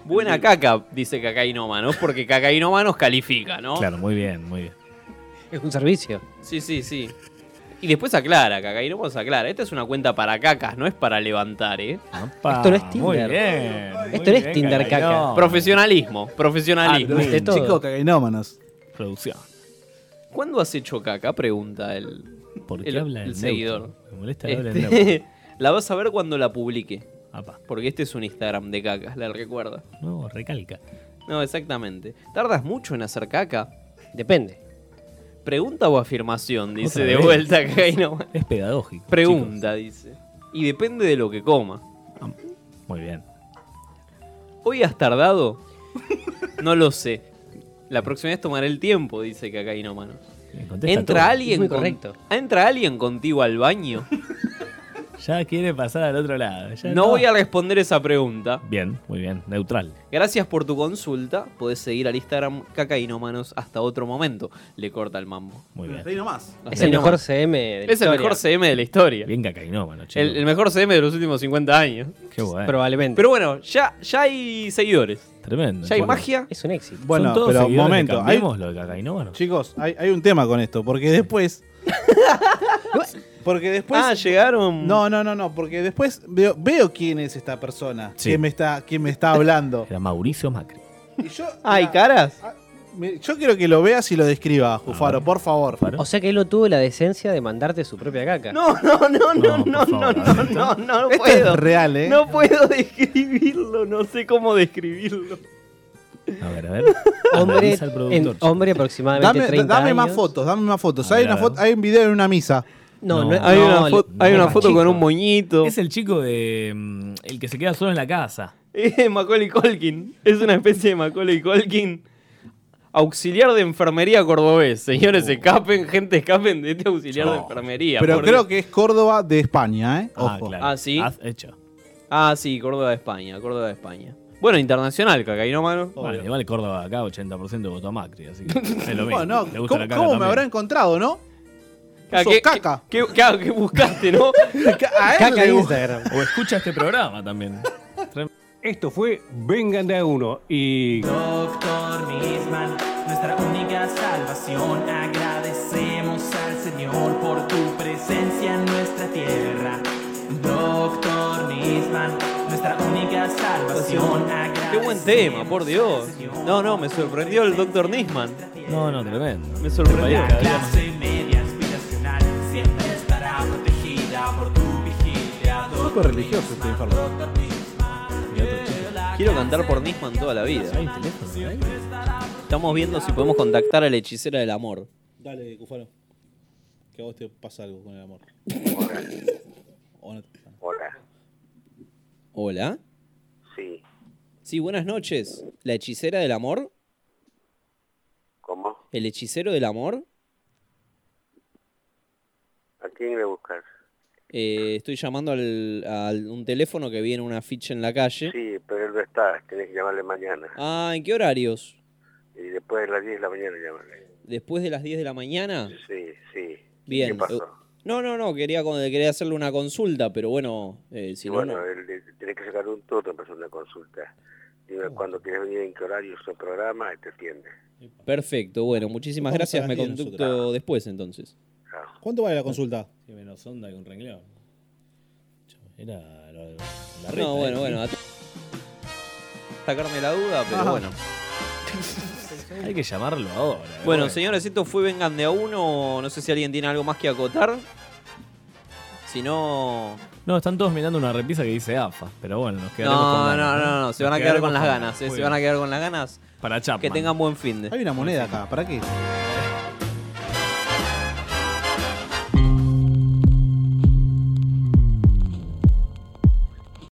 Speaker 12: Buena caca, dice Cacainómanos, porque Cacainómanos califica, ¿no?
Speaker 13: Claro, muy bien, muy bien.
Speaker 15: Es un servicio.
Speaker 12: Sí, sí, sí. Y después aclara, Cacainómanos aclara. Esta es una cuenta para cacas, no es para levantar, ¿eh?
Speaker 15: Esto no es Tinder.
Speaker 12: Muy bien, Ah,
Speaker 15: Esto no es Tinder caca.
Speaker 12: Profesionalismo,
Speaker 13: Ah,
Speaker 12: profesionalismo.
Speaker 14: Ante todo. Chico, cacainómanos.
Speaker 13: Producción.
Speaker 12: ¿Cuándo has hecho caca? Pregunta el,
Speaker 13: ¿Por qué
Speaker 12: el-
Speaker 13: habla
Speaker 12: el
Speaker 13: en
Speaker 12: seguidor.
Speaker 13: neutro? Me molesta que hable en
Speaker 12: Este, [laughs] la vas a ver cuando la publique.
Speaker 13: Apa.
Speaker 12: Porque este es un Instagram de cacas, la recuerda.
Speaker 13: No, recalca.
Speaker 12: No, exactamente. ¿Tardas mucho en hacer caca?
Speaker 15: Depende.
Speaker 12: Pregunta o afirmación, dice
Speaker 13: Otra
Speaker 12: de
Speaker 13: vez.
Speaker 12: vuelta acá y no.
Speaker 13: Es pedagógico,
Speaker 12: Pregunta, dice. Y depende de lo que coma.
Speaker 13: Muy bien.
Speaker 12: ¿Hoy has tardado? no lo sé. La próxima vez tomaré el tiempo, dice Cacainómanos.
Speaker 13: contesta
Speaker 12: ¿Entra
Speaker 13: todo. Es
Speaker 12: alguien,
Speaker 13: muy
Speaker 12: con-
Speaker 13: correcto.
Speaker 12: ¿Entra alguien contigo al
Speaker 15: [laughs]
Speaker 12: baño?
Speaker 13: Ya quiere pasar al otro lado. ya
Speaker 12: No voy a responder esa pregunta.
Speaker 13: Bien, muy bien. Neutral.
Speaker 12: Gracias por tu consulta. Podés seguir al Instagram Cacainómanos hasta otro momento. Le corta el mambo.
Speaker 13: Muy bien.
Speaker 14: Ahí nomás.
Speaker 15: Es el mejor CM de la
Speaker 12: Es el
Speaker 15: historia.
Speaker 12: mejor CM de la historia.
Speaker 13: Bien cacainómano, chico.
Speaker 12: El, el mejor CM de los últimos 50 años.
Speaker 13: Qué bueno.
Speaker 15: Probablemente.
Speaker 12: Pero bueno, ya, ya hay seguidores.
Speaker 13: Tremendo.
Speaker 12: Ya hay
Speaker 13: Bueno,
Speaker 12: magia.
Speaker 15: Es un éxito.
Speaker 14: Bueno,
Speaker 13: todos
Speaker 14: pero
Speaker 13: seguidores de
Speaker 14: momento. Hay,
Speaker 13: Cambiemos lo de Cacainómanos.
Speaker 14: chicos, hay, hay un tema con esto. Porque
Speaker 12: [laughs]
Speaker 14: después. porque después.
Speaker 12: Ah, llegaron.
Speaker 14: No, no, no, no. Porque después veo, veo quién es esta persona.
Speaker 13: Sí.
Speaker 14: Quién me está, quién me está hablando.
Speaker 13: Era Mauricio Macri.
Speaker 14: Y yo, ah,
Speaker 12: ¿Hay Ah, caras?
Speaker 14: me- yo quiero que lo veas y lo describa, Jufaro, por favor.
Speaker 15: O sea que él no tuvo la decencia de mandarte su propia caca.
Speaker 12: No, no, no, no, no, no, no, no, no, no
Speaker 15: Esto
Speaker 12: puedo.
Speaker 15: es real, ¿eh?
Speaker 12: No puedo describirlo, no sé cómo describirlo.
Speaker 13: A ver, a
Speaker 12: [laughs]
Speaker 13: ver.
Speaker 15: Hombre,
Speaker 13: Analiza al
Speaker 15: en-
Speaker 13: productor.
Speaker 15: hombre aproximadamente
Speaker 14: Dame,
Speaker 15: 30
Speaker 14: dame más
Speaker 15: años.
Speaker 14: fotos, dame más fotos.
Speaker 15: A
Speaker 14: Hay,
Speaker 15: ver,
Speaker 14: una
Speaker 15: a ver.
Speaker 14: foto, hay un video en una misa.
Speaker 15: No,
Speaker 13: No, no,
Speaker 12: hay
Speaker 13: no,
Speaker 12: una
Speaker 13: le-
Speaker 12: foto, hay
Speaker 13: no,
Speaker 12: una
Speaker 13: más
Speaker 12: foto con
Speaker 13: chico.
Speaker 12: un moñito.
Speaker 13: Es el chico de. mm, el que se queda solo en la casa.
Speaker 12: Es Macaulay Colkin. Es una especie de Macaulay Colkin. Auxiliar de enfermería cordobés. Señores,
Speaker 15: Uh.
Speaker 12: escapen, gente, escapen de este auxiliar
Speaker 15: Oh.
Speaker 12: de enfermería.
Speaker 14: Pero
Speaker 12: por
Speaker 14: creo
Speaker 12: Dios.
Speaker 14: que es Córdoba de España, ¿eh? Ojo.
Speaker 12: Ah, sí.
Speaker 13: Haz hecho.
Speaker 12: Ah, sí, Córdoba de España, Córdoba de España. Bueno, internacional, cacainómano.
Speaker 13: Vale, igual Córdoba acá, 80% votó a Macri, así que es lo mismo.
Speaker 14: Bueno,
Speaker 13: Le
Speaker 14: ¿cómo,
Speaker 13: gusta la caca
Speaker 14: cómo me
Speaker 13: también.
Speaker 14: habrá encontrado, no?
Speaker 12: Ah,
Speaker 14: Puso
Speaker 12: ¿qué-
Speaker 14: caca.
Speaker 12: ¿Qué, claro, ¿qué buscaste,
Speaker 14: [laughs]
Speaker 12: no?
Speaker 14: A él
Speaker 13: Caca
Speaker 14: le
Speaker 13: en
Speaker 14: gusta.
Speaker 13: Instagram. O escucha este programa también.
Speaker 28: Esto fue Vengan de a uno y.
Speaker 4: Doctor Nisman, nuestra única salvación. Agradecemos al Señor por tu presencia en nuestra tierra. Doctor Nisman, nuestra única salvación.
Speaker 12: Qué buen tema, por Dios. No, no, me sorprendió el Dr. Nisman.
Speaker 13: No, no, tremendo.
Speaker 12: Me sorprendió.
Speaker 4: La clase media aspiracional siempre estará protegida por tu vigilia.
Speaker 14: Un poco religioso este enfermo.
Speaker 12: Quiero cantar por Nisman toda la vida. Estamos viendo si podemos contactar a la hechicera del amor.
Speaker 14: Dale, Cufaro. Que a vos te pasa algo con el amor.
Speaker 6: Hola,
Speaker 12: Hola.
Speaker 6: sí,
Speaker 12: Sí, buenas noches. ¿La hechicera del amor?
Speaker 6: ¿cómo?
Speaker 12: ¿El hechicero del amor?
Speaker 6: ¿A quién iba a buscar?
Speaker 12: Eh, estoy llamando al, a un teléfono que viene una ficha en la calle.
Speaker 6: Sí, pero él no está, tenés que llamarle mañana.
Speaker 12: Ah, ¿en qué horarios?
Speaker 6: Y después de las 10 de la mañana llámale.
Speaker 12: ¿Después de las 10 de la mañana?
Speaker 6: Sí, sí.
Speaker 12: Bien.
Speaker 6: ¿Qué pasó?
Speaker 12: No, no, no, quería, con- quería hacerle una consulta, pero bueno, eh, si
Speaker 6: Y
Speaker 12: no,
Speaker 6: bueno,
Speaker 12: no.
Speaker 6: él- él tiene que sacar un turno para hacer una consulta.
Speaker 12: Ah.
Speaker 6: Dime cuándo quieres venir, en qué horario, su programa, y te atiende.
Speaker 12: Perfecto, bueno, muchísimas
Speaker 14: Vamos a
Speaker 12: gracias.
Speaker 14: las
Speaker 12: Me
Speaker 14: 10
Speaker 12: conducto
Speaker 14: nosotros.
Speaker 12: después entonces.
Speaker 14: ¿Cuánto vale la consulta?
Speaker 13: Que menos onda que un renglón. Era lo- la reta,
Speaker 12: No, bueno,
Speaker 13: ¿eh?
Speaker 12: bueno. at- Sacarme la duda, pero
Speaker 13: Ajá.
Speaker 12: bueno.
Speaker 13: Ah. [laughs] Hay que llamarlo ahora. ¿eh?
Speaker 12: Bueno, señores, esto fue Vengan de a uno. No sé si alguien tiene algo más que acotar. Si no.
Speaker 13: No, están todos mirando una repisa que dice AFA, pero bueno, nos quedaremos con
Speaker 12: No, no,
Speaker 13: ganas,
Speaker 12: no, no,
Speaker 13: Nos
Speaker 12: Se van a quedar
Speaker 13: quedaremos
Speaker 12: con las
Speaker 13: ganas.
Speaker 12: ganas. eh,
Speaker 13: Muy
Speaker 12: Se van a
Speaker 13: bien.
Speaker 12: quedar con las ganas.
Speaker 13: Para Chapman.
Speaker 12: Que tengan buen fin de.
Speaker 14: Hay una moneda acá, ¿para qué?